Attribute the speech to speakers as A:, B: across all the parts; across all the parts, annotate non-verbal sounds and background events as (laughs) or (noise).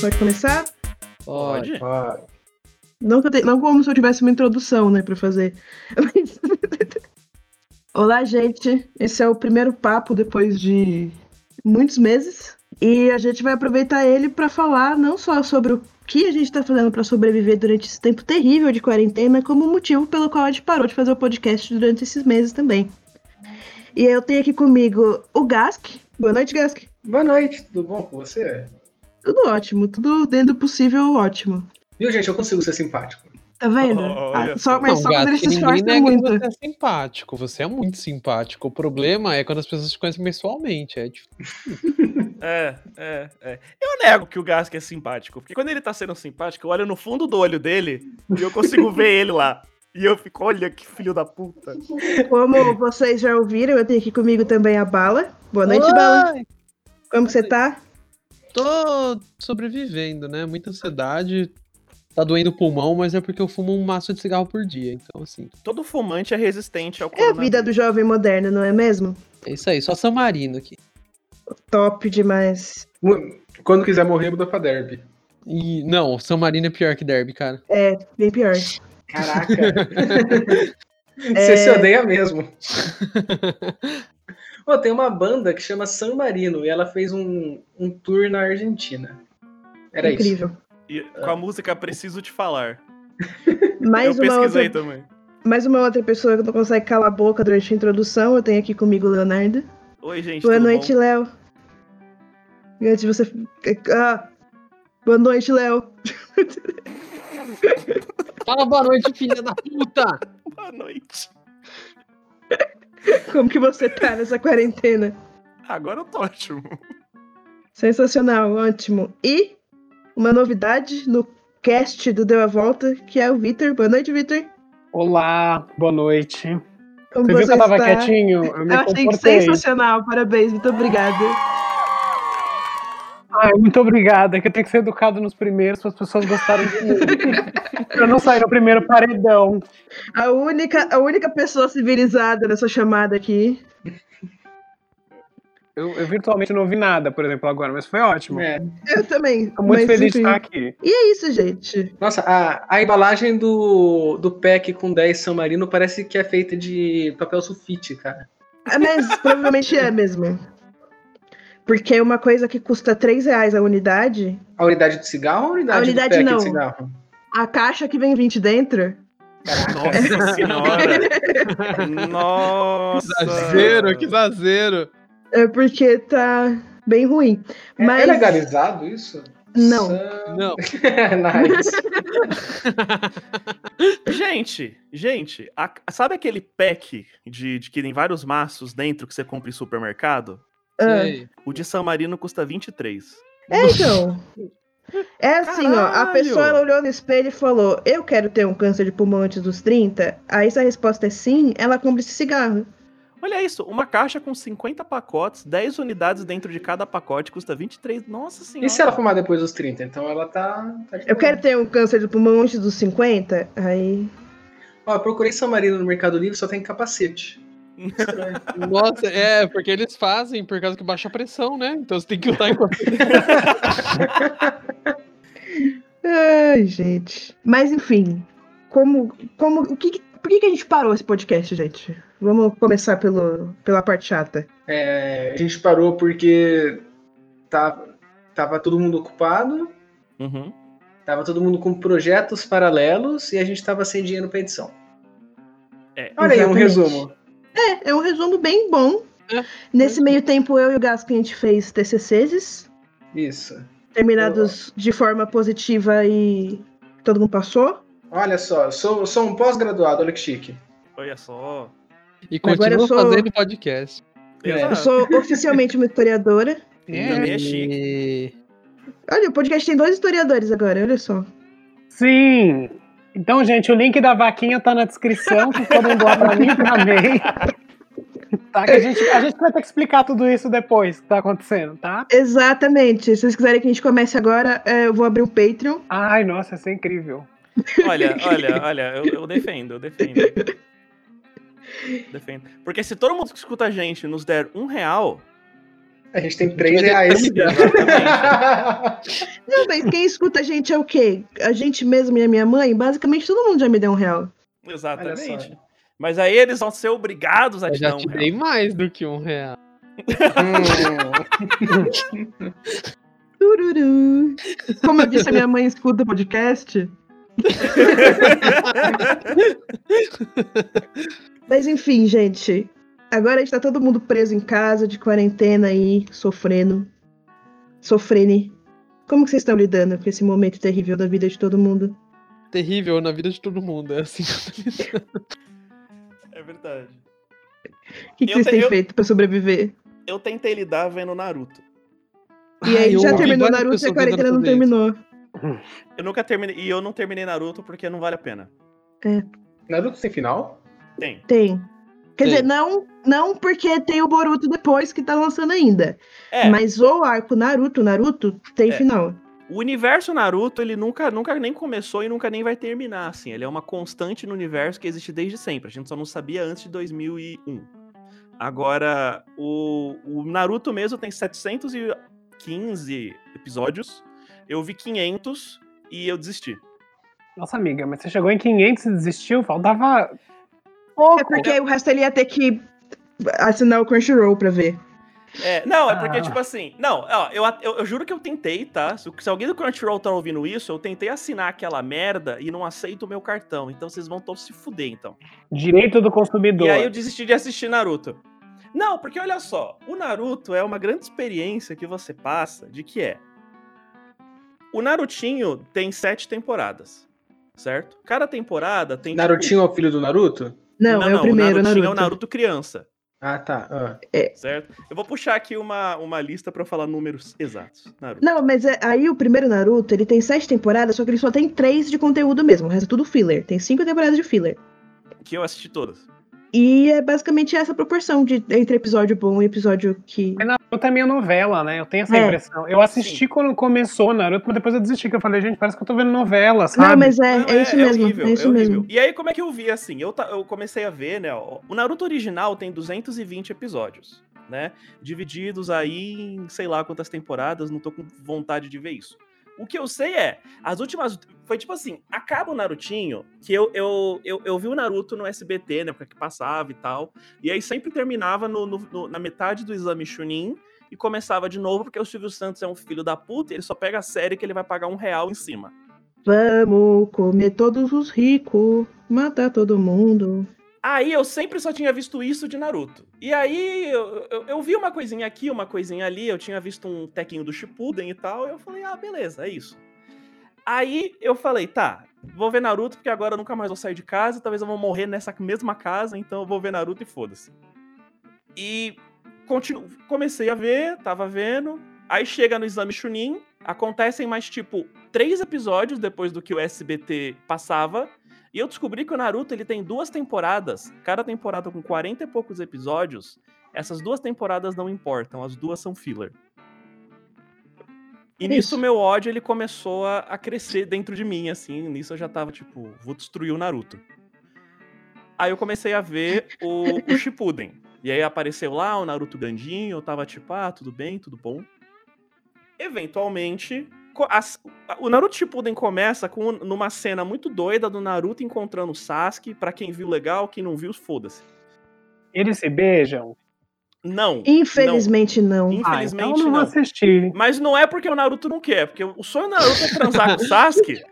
A: Pode começar?
B: Pode.
C: (laughs) Ah,
A: Não, que eu te- não como se eu tivesse uma introdução, né, pra fazer. (laughs) Mas- Olá, gente. Esse é o primeiro papo depois de muitos meses. E a gente vai aproveitar ele pra falar não só sobre o que a gente tá fazendo pra sobreviver durante esse tempo terrível de quarentena, como o motivo pelo qual a gente parou de fazer o podcast durante esses meses também. E eu tenho aqui comigo o Gask. Boa noite, Gask.
C: Boa noite, tudo bom com você?
A: Tudo ótimo, tudo dentro do possível, ótimo.
C: Viu, gente? Eu consigo ser simpático.
A: Tá vendo?
B: Olha
A: Ah, só,
B: só.
A: mas só quando ele se
D: ninguém
A: esforça
D: nega
A: muito.
D: Então, que você é simpático. Você é muito simpático. O problema é quando as pessoas te conhecem pessoalmente. É difícil.
B: É, é, é. Eu nego que o Gask é simpático, porque quando ele tá sendo simpático, eu olho no fundo do olho dele e eu
A: (laughs)
B: consigo ver ele lá. E eu fico, olha que filho da puta.
A: Como vocês já ouviram, eu tenho aqui comigo também a Bala. Boa noite, Bala.
D: Ai,
A: Como que você tá?
D: Tô sobrevivendo, né? Muita ansiedade. Tá doendo o pulmão, mas é porque eu fumo um maço de cigarro por dia. Então, assim,
B: Todo fumante é resistente ao
A: É a vida do jovem moderno, não é mesmo?
D: é isso aí. Só San Marino aqui.
A: Top demais.
C: Mu- Quando quiser morrer, muda pra derby.
D: E, não, San Marino é pior que Derby, cara.
A: Bem pior.
C: Caraca. (laughs) É. Você se odeia mesmo. Ó, tem uma banda que chama San Marino e ela fez um, um tour na Argentina. Era isso.
A: Incrível.
B: E com a música Preciso Te Falar.
A: Mais
B: eu
A: uma,
B: pesquisei
A: outra,
B: também.
A: mais uma outra pessoa que não consegue calar a boca durante a introdução, eu tenho aqui comigo o Leonardo.
B: Oi, gente.
A: Boa
B: tudo
A: noite,
B: bom?
A: Léo. Antes de você. Ah, boa noite, Léo.
D: Fala boa noite, filha da puta!
B: Boa noite.
A: Como que você tá nessa quarentena?
B: Agora eu tô ótimo.
A: Sensacional, ótimo. E uma novidade no cast do Deu a Volta, que é o Vitor. Boa noite, Vitor.
E: Olá, boa noite.
A: Como
E: Você viu que eu tava
A: está?
E: quietinho? Eu me
A: Eu achei
E: comportei.
A: sensacional, parabéns, muito obrigada.
E: Ai, muito obrigada, é que eu tenho que ser educado nos primeiros para as pessoas gostarem de mim.
A: (laughs)
E: pra não sair no primeiro paredão.
A: A única, a única pessoa civilizada nessa chamada aqui.
E: Eu, eu virtualmente não ouvi nada, por exemplo, agora, mas foi ótimo.
C: É.
A: Eu também.
E: Fico
A: mas,
E: muito feliz de
A: enfim.
E: estar aqui.
A: E é isso, gente.
C: Nossa, a, a embalagem do, do pack com 10 San Marino parece que é feita de papel sulfite, cara.
A: Ah, Mas (laughs) provavelmente é mesmo. Porque uma coisa que custa 3 reais a unidade,
C: A unidade de cigarro ou a unidade,
A: A unidade
C: do pack
A: não.
C: de cigarro?
A: a caixa que vem 20 dentro.
B: Nossa senhora. Nossa.
D: Exagero, (laughs) que exagero!
A: É porque tá bem ruim.
C: É-
A: Mas
C: É legalizado isso?
A: não.
C: San-
A: (laughs)
D: Não,
C: (laughs) nice.
B: Gente, gente, a- sabe aquele pack de, de que tem vários maços dentro que você compra em supermercado?
A: Ah.
D: sei.
B: O de San Marino custa 23.
A: É, então. É assim, ó, a
B: Caralho!
A: pessoa ela olhou no espelho e falou: Eu quero ter um câncer de pulmão antes dos 30. Aí, se a resposta é sim, ela compra esse cigarro.
B: Olha isso, uma caixa com 50 pacotes, 10 unidades dentro de cada pacote custa 23. Nossa senhora.
D: é
C: E se ela fumar depois dos 30? Então ela tá. tá de
A: Eu
C: boa.
A: quero ter um câncer de pulmão antes dos 50. Aí.
C: Ó, eu procurei San Marino no Mercado Livre, só tem capacete. Estranho.
D: Nossa, é, porque eles fazem por causa que baixa a pressão, né? Então você tem que lutar enquanto.
A: Ai, gente. Mas, enfim. Como. como o que, que- por que, que a gente parou esse podcast, gente? Vamos começar pelo, pela parte chata.
C: É, a gente parou porque tá, tava todo mundo ocupado,
B: Uhum.
C: tava todo mundo com projetos paralelos e a gente tava sem dinheiro pra edição.
B: É.
C: Olha aí um
A: Exatamente.
C: resumo.
A: É um resumo bem bom.
D: É.
A: Nesse meio tempo, eu e o Gasco, a gente fez TCCs.
C: Isso.
A: terminados de forma positiva e todo mundo passou.
C: Olha só, sou, sou um pós-graduado, olha que chique.
B: Olha só.
D: E
A: Agora eu
D: continua
A: sou-
D: fazendo podcast.
C: É.
B: Exato.
A: Eu sou oficialmente uma historiadora.
B: Também é chique.
D: E-
A: Olha, o podcast tem dois historiadores agora, olha só.
E: Sim. Então, gente, o link da vaquinha tá na descrição. Vocês podem doar pra mim
A: (laughs)
E: também. Tá, que a, gente, a gente vai ter que explicar tudo isso depois que tá acontecendo, tá?
A: Exatamente. Se vocês quiserem que a gente comece agora, é, eu vou abrir o Patreon.
E: Ai, nossa, isso é incrível.
D: é
B: Olha, olha, olha, eu, eu defendo, eu
D: (laughs)
B: defendo.
D: (laughs)
B: Defendo. Porque se todo mundo que escuta a gente nos der um real,
C: A gente tem 3 reais. (laughs)
A: Não, mas quem escuta a gente é o quê? A gente mesmo e a minha mãe, basicamente todo mundo já me deu um real.
B: Exatamente. Mas aí eles vão ser obrigados a
D: Eu
B: te
D: já
B: dar
D: te
B: um
D: dei
B: real.
D: mais do que um real.
C: Hum.
A: Tururu. Como eu disse, a minha mãe escuta podcast.
D: um
A: Mas enfim, gente. Agora a gente tá todo mundo preso em casa, de quarentena aí, sofrendo. Sofrendo. Como que vocês estão lidando com esse momento terrível da vida de todo mundo?
D: Terrível na vida de todo mundo. É assim que eu tô lidando.
B: (laughs) É verdade.
A: O que, que
B: Eu
A: vocês
B: te-
A: têm
B: eu-
A: feito pra sobreviver?
B: Eu tentei lidar vendo Naruto.
A: E aí,
D: (laughs) Ai, eu
A: já
D: ouvi
A: terminou
D: várias
A: Naruto e a
D: pessoas
A: quarentena
D: tentando
A: não
D: fazer isso.
A: terminou.
B: Eu nunca terminei. E eu não terminei Naruto porque não vale a pena.
C: Naruto sem final?
B: Tem.
A: Tem. Quer
D: Tem.
A: dizer, não, não porque tem o Boruto depois que tá lançando ainda.
B: É,
A: Mas o arco Naruto, Naruto, tem
B: É.
A: final.
B: o universo Naruto, ele nunca, nunca nem começou e nunca nem vai terminar, assim. Ele é uma constante no universo que existe desde sempre. A gente só não sabia antes de 2001. Agora, o, o Naruto mesmo tem 715 episódios. Eu vi 500 e eu desisti.
E: Nossa, amiga, mas você chegou em 500 e desistiu? Faltava pouco.
A: É porque o resto ele ia ter que assinar o Crunchyroll pra ver.
B: É, não, é porque,
E: Ah.
B: tipo assim. Não, ó, eu, at- eu, eu juro que eu tentei, tá? Se, se alguém do Crunchyroll tá ouvindo isso, eu tentei assinar aquela merda e não aceito o meu cartão. Então vocês vão todos se fuder, então.
E: Direito do consumidor.
B: E aí eu desisti de assistir Naruto. Não, porque olha só, o Naruto é uma grande experiência que você passa de que é. O Narutinho tem sete temporadas, certo? Cada temporada tem. tipo-
C: Narutinho é o filho do Naruto?
A: Não, é o primeiro,
B: o Narutinho
A: Naruto.
B: é o Naruto criança,
C: Ah, tá. Ah.
B: certo? Eu vou puxar aqui uma, uma lista pra eu falar números exatos. Naruto.
A: Não, mas é- aí o primeiro Naruto, ele tem sete temporadas, só que ele só tem três de conteúdo mesmo. O resto é tudo filler. Tem cinco temporadas de filler.
B: Que eu assisti todas.
A: E é basicamente essa proporção de entre episódio bom e episódio que.
E: Mas Naruto é minha novela, né? Eu tenho essa
A: É.
E: impressão. Eu assisti quando começou Naruto, mas depois eu desisti, que eu falei, gente, parece que eu tô vendo novela, sabe?
A: Não, mas é,
B: Não,
A: é isso mesmo. é isso
B: horrível.
A: mesmo.
B: E aí, como é que eu vi assim? Eu, ta- eu comecei a ver, né? ó, O Naruto original tem 220 episódios, né? Divididos aí em sei lá quantas temporadas, não tô com vontade de ver isso. O que eu sei é, as últimas. Foi tipo assim, acaba o Narutinho, que eu, eu, eu, eu vi o Naruto no SBT, né? Porque passava e tal. E aí sempre terminava no- no- no- na metade do exame Chunin e começava de novo, porque o Silvio Santos é um filho da puta e ele só pega a série que ele vai pagar um real em cima.
A: Vamos comer todos os ricos, matar todo mundo.
B: Aí eu sempre só tinha visto isso de Naruto. E aí eu, eu, eu vi uma coisinha aqui, uma coisinha ali, eu tinha visto um tequinho do Shippuden e tal, e eu falei, ah, beleza, é isso. Aí eu falei, tá, vou ver Naruto porque agora eu nunca mais vou sair de casa, talvez eu vou morrer nessa mesma casa, então eu vou ver Naruto e foda-se. E continuo, comecei a ver, tava vendo, aí chega no exame Chunin, acontecem mais tipo três episódios depois do que o SBT passava, e eu descobri que o Naruto ele tem duas temporadas, cada temporada com 40 e poucos episódios. Essas duas temporadas não importam, as duas são filler. E
A: É
B: nisso
A: isso.
B: meu ódio ele começou a, a crescer dentro de mim, assim. Nisso eu já tava tipo, vou destruir o Naruto. Aí eu comecei a ver o, o Shippuden. E aí apareceu lá o Naruto grandinho, eu tava tipo, ah, tudo bem, tudo bom. Eventualmente, co- as- o Naruto Shippuden começa com um, numa cena muito doida do Naruto encontrando o Sasuke. Pra quem viu legal, quem não viu, foda-se.
E: Eles se beijam.
B: Não.
A: Infelizmente não.
B: Não.
E: Ah,
B: Infelizmente
E: então eu não, vou
B: não.
E: assistir.
B: Mas não é porque o Naruto não quer, porque o sonho do Naruto é transar com o
E: (laughs)
B: Sasuke.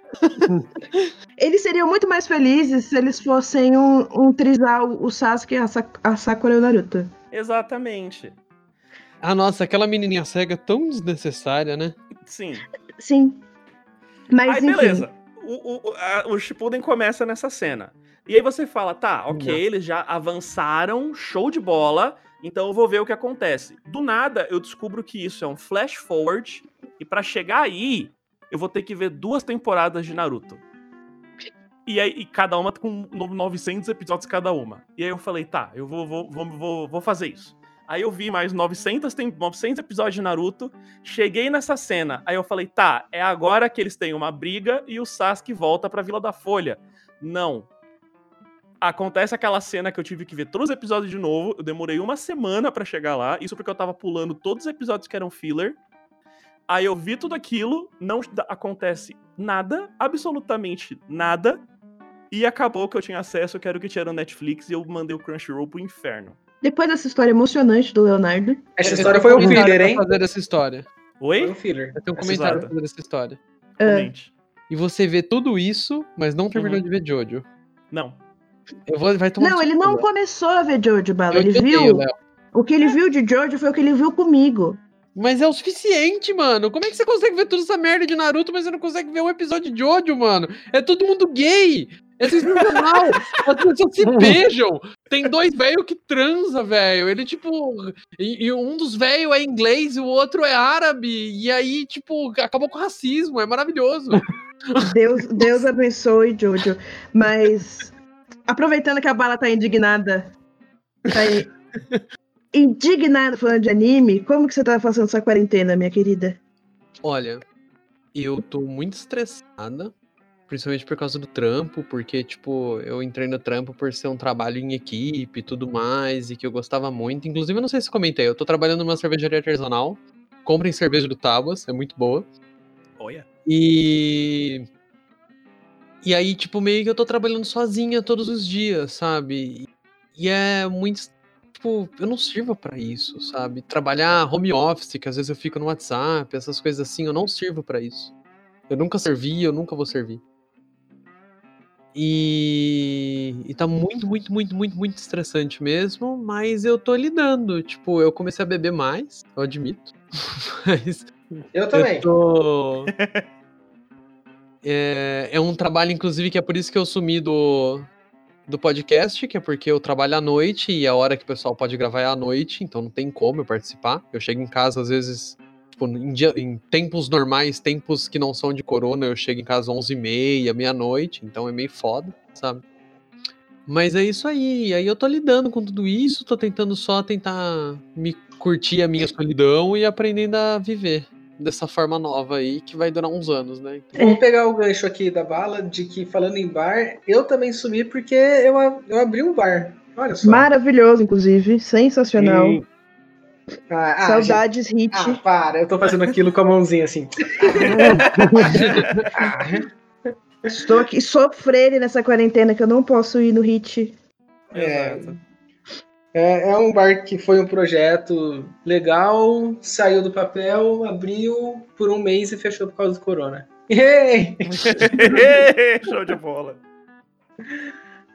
A: Eles seriam muito mais felizes se eles fossem um, um trisal, o Sasuke, a, Sa- a Sakura e o Naruto.
B: Exatamente.
D: Ah, nossa, aquela menininha cega tão desnecessária, né?
B: Sim.
A: Sim. Mas
B: aí
A: enfim.
B: beleza. O, o, o- a- o Shippuden começa nessa cena. E aí você fala, tá, ok, eles já avançaram, show de bola, então eu vou ver o que acontece. Do nada, eu descubro que isso é um flash forward, e pra chegar aí, eu vou ter que ver duas temporadas de Naruto. E aí, e cada uma com no- 900 episódios cada uma. E aí eu falei, tá, eu vou, vou, vou, vou, vou fazer isso. Aí eu vi mais 900, tem 900 episódios de Naruto, Cheguei nessa cena, aí eu falei, tá, é agora que eles têm uma briga e o Sasuke volta pra Vila da Folha. Não. Acontece aquela cena que eu tive que ver todos os episódios de novo. Eu demorei uma semana pra chegar lá. Isso porque eu tava pulando todos os episódios que eram filler. Aí eu vi tudo aquilo, não da- acontece nada, absolutamente nada. E acabou que eu tinha acesso, que era o que tinha no Netflix, e eu mandei o Crunchyroll pro inferno.
A: Depois dessa história emocionante do Leonardo,
C: Essa
D: Eu
C: história
D: tenho
C: foi
D: um
C: um
D: comentário
C: filler,
D: pra
C: hein?
D: fazer dessa história.
C: Foi um
B: Oi?
C: filler.
D: Eu tenho um
B: Essa
D: comentário
B: exata.
D: pra fazer dessa história.
B: Comente.
D: E você vê tudo isso, mas não terminou
B: Uhum.
D: de ver Jojo.
B: Não.
D: Eu vou, vai tomar no
A: não,
D: seu
A: ele não
D: cu, né?
A: começou a ver Jojo Bala.
D: Léo. Eu
A: Ele
D: te
A: viu.
C: né?
D: odeio, Léo.
A: O que ele viu de Jojo foi o que ele viu comigo.
D: Mas é o suficiente, mano. Como é que você consegue ver toda essa merda de Naruto, mas você não consegue ver um episódio de Jojo, mano? É todo mundo gay. É sensacional. (laughs) As pessoas se beijam. Tem dois velhos que transa, velho. Ele, tipo. E, e um dos velhos é inglês e o outro é árabe. E aí, tipo, acabou com o racismo. É maravilhoso.
C: (laughs)
A: Deus, Deus abençoe Jojo. Mas, aproveitando que a Bala tá indignada, tá
C: (laughs)
A: aí, indignada falando de anime, como que você tá passando sua quarentena, minha querida?
D: Olha, eu tô muito estressada, principalmente por causa do trampo, porque, tipo, eu entrei no trampo por ser um trabalho em equipe e tudo mais, e que eu gostava muito. Inclusive, eu não sei se comentei, eu tô trabalhando numa cervejaria artesanal. Comprem cerveja do Tábuas, é muito boa.
B: Olha.
D: E. E aí, tipo, meio que eu tô trabalhando sozinha todos os dias, sabe? E é muito. es- Tipo, eu não sirvo pra isso, sabe? Trabalhar home office, que às vezes eu fico no WhatsApp, essas coisas assim, eu não sirvo pra isso. Eu nunca servi, eu nunca vou servir. E, e tá muito, muito, muito, muito, muito estressante mesmo, mas eu tô lidando. Tipo, eu comecei a beber mais, eu admito. (laughs) mas
C: Eu também.
D: eu tô- (laughs) é, é um trabalho, inclusive, que é por isso que eu sumi do, do podcast, que é porque eu trabalho à noite e é a hora que o pessoal pode gravar é à noite, então não tem como eu participar. Eu chego em casa, às vezes, tipo, em, dia- em tempos normais, tempos que não são de corona, eu chego em casa às 11h30, meia-noite, então é meio foda, sabe? Mas é isso aí. Aí eu tô lidando com tudo isso, tô tentando só tentar me curtir a minha solidão e aprendendo a viver dessa forma nova aí, que vai durar uns anos, né?
C: Vamos pegar o gancho aqui da bala de que, falando em bar, eu também sumi porque eu, a- eu abri um bar. Olha só.
A: Maravilhoso, inclusive. Sensacional.
E: Sim.
C: Ah, ah,
A: Saudades,
C: gente.
A: Hit.
C: Ah, para, eu tô fazendo aquilo com a mãozinha assim. Ah,
A: Estou aqui sofrendo nessa quarentena que eu não posso ir no Hit.
C: É.
B: Exato.
C: É, é um bar que foi um projeto legal, saiu do papel, abriu por um mês e fechou por causa do corona. (laughs) Ei!
B: (laughs) Show de bola.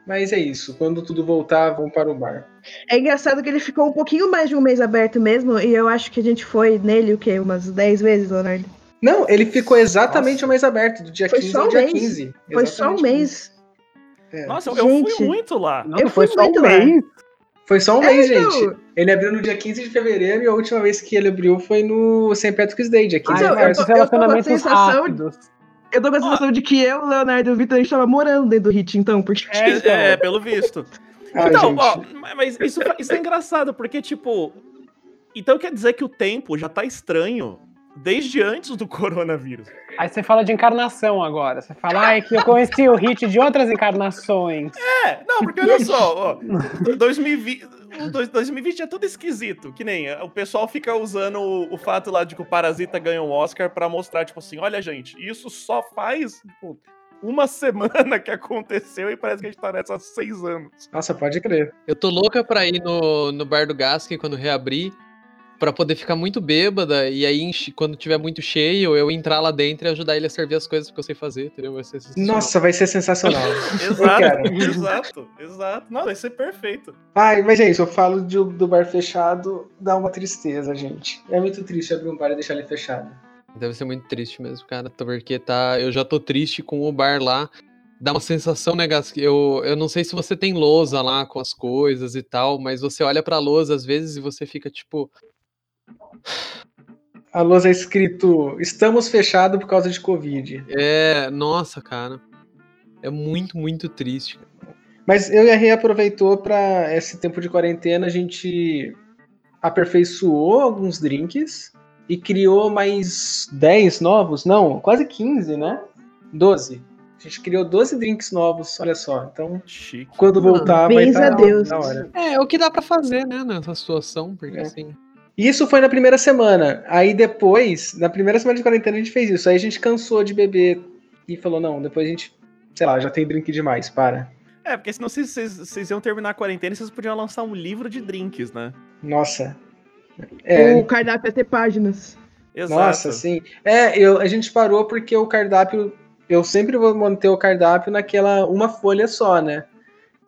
C: Mas é isso, quando tudo voltar, vão para o bar.
A: É engraçado que ele ficou um pouquinho mais de um mês aberto mesmo, e eu acho que a gente foi nele o quê? Umas 10 vezes, Leonardo?
C: Não, ele ficou exatamente
B: Nossa.
C: o mês aberto, do dia
A: Foi
C: 15
A: só
C: ao
A: um
C: dia
A: mês.
C: 15.
A: Foi só um
C: Exatamente. É.
A: mês.
B: Nossa, eu- eu
A: Gente.
B: fui muito lá.
E: Nossa,
A: Eu
E: foi
A: fui
E: só
A: muito
E: um
A: lá.
E: mês.
C: Foi só um
A: É,
C: mês,
A: então.
C: gente. Ele abriu no dia 15 de fevereiro e a última vez que ele abriu foi no St. Patrick's Day, dia 15
E: Ai,
A: Então,
C: de
A: eu
E: cara,
C: março.
A: tô-
E: esses relacionamentos
A: sensação de-
E: rápidos.
A: Eu tô com a sensação de que eu, Leonardo e o Vitor, a gente tava morando dentro do Hit, então, porque.
B: (laughs) É, é, pelo visto.
C: Ah,
B: então,
C: gente.
B: ó, ma- mas isso, isso é engraçado, porque, tipo. Então quer dizer que o tempo já tá estranho desde antes do coronavírus.
E: Aí você fala de encarnação agora. Você fala, ah, é que eu conheci o hit de outras encarnações.
B: É, não, porque olha só, ó, do- 2020, o dois- 2020 é tudo esquisito, que nem é, o pessoal fica usando o, o fato lá de que o Parasita ganhou um Oscar pra mostrar, tipo assim, olha gente, isso só faz tipo, uma (laughs) semana que aconteceu e parece que a gente tá nessa há seis anos.
C: Nossa, pode crer.
D: Eu tô louca pra ir no, no bar do Gaskin quando reabrir, pra poder ficar muito bêbada, e aí enche- quando tiver muito cheio, eu entrar lá dentro e ajudar ele a servir as coisas que eu sei fazer, entendeu? Vai ser sensacional.
C: Nossa, vai ser sensacional.
A: (laughs)
B: Exato,
C: quero.
B: (laughs) exato, exato. Não, vai ser perfeito.
C: Ai, mas é isso, eu falo de- do bar fechado, dá uma tristeza, gente. É muito triste abrir um bar e deixar ele fechado.
D: Deve ser muito triste mesmo, cara, tô- porque tá, eu já tô triste com o bar lá. Dá uma sensação, né, Gas? que Eu, eu não sei se você tem lousa lá com as coisas e tal, mas você olha pra lousa às vezes e você fica tipo,
C: A lousa é escrito: estamos fechados por causa de Covid.
D: é, nossa, cara. É muito, muito triste.
C: Mas eu e a Rê aproveitou para esse tempo de quarentena, a gente aperfeiçoou alguns drinks e criou mais 10 novos, não, quase 15, né? 12. A gente criou 12 drinks novos, olha só. Então,
B: Chique.
C: quando voltar, vai
A: Parabéns a
C: estar
A: Deus.
C: na hora.
D: É, o que dá pra fazer, né, nessa situação, porque
C: É.
D: assim.
C: E Isso foi na primeira semana. Aí depois, na primeira semana de quarentena, a gente fez isso. Aí a gente cansou de beber e falou: não, depois a gente, sei lá, já tem drink demais, para.
B: É, porque senão vocês, vocês, vocês iam terminar a quarentena e vocês podiam lançar um livro de drinks, né?
C: Nossa. É,
A: O cardápio ia ter páginas.
B: Exato.
C: nossa, sim. É, eu, a gente parou porque o cardápio. Eu sempre vou manter o cardápio naquela uma folha só, né?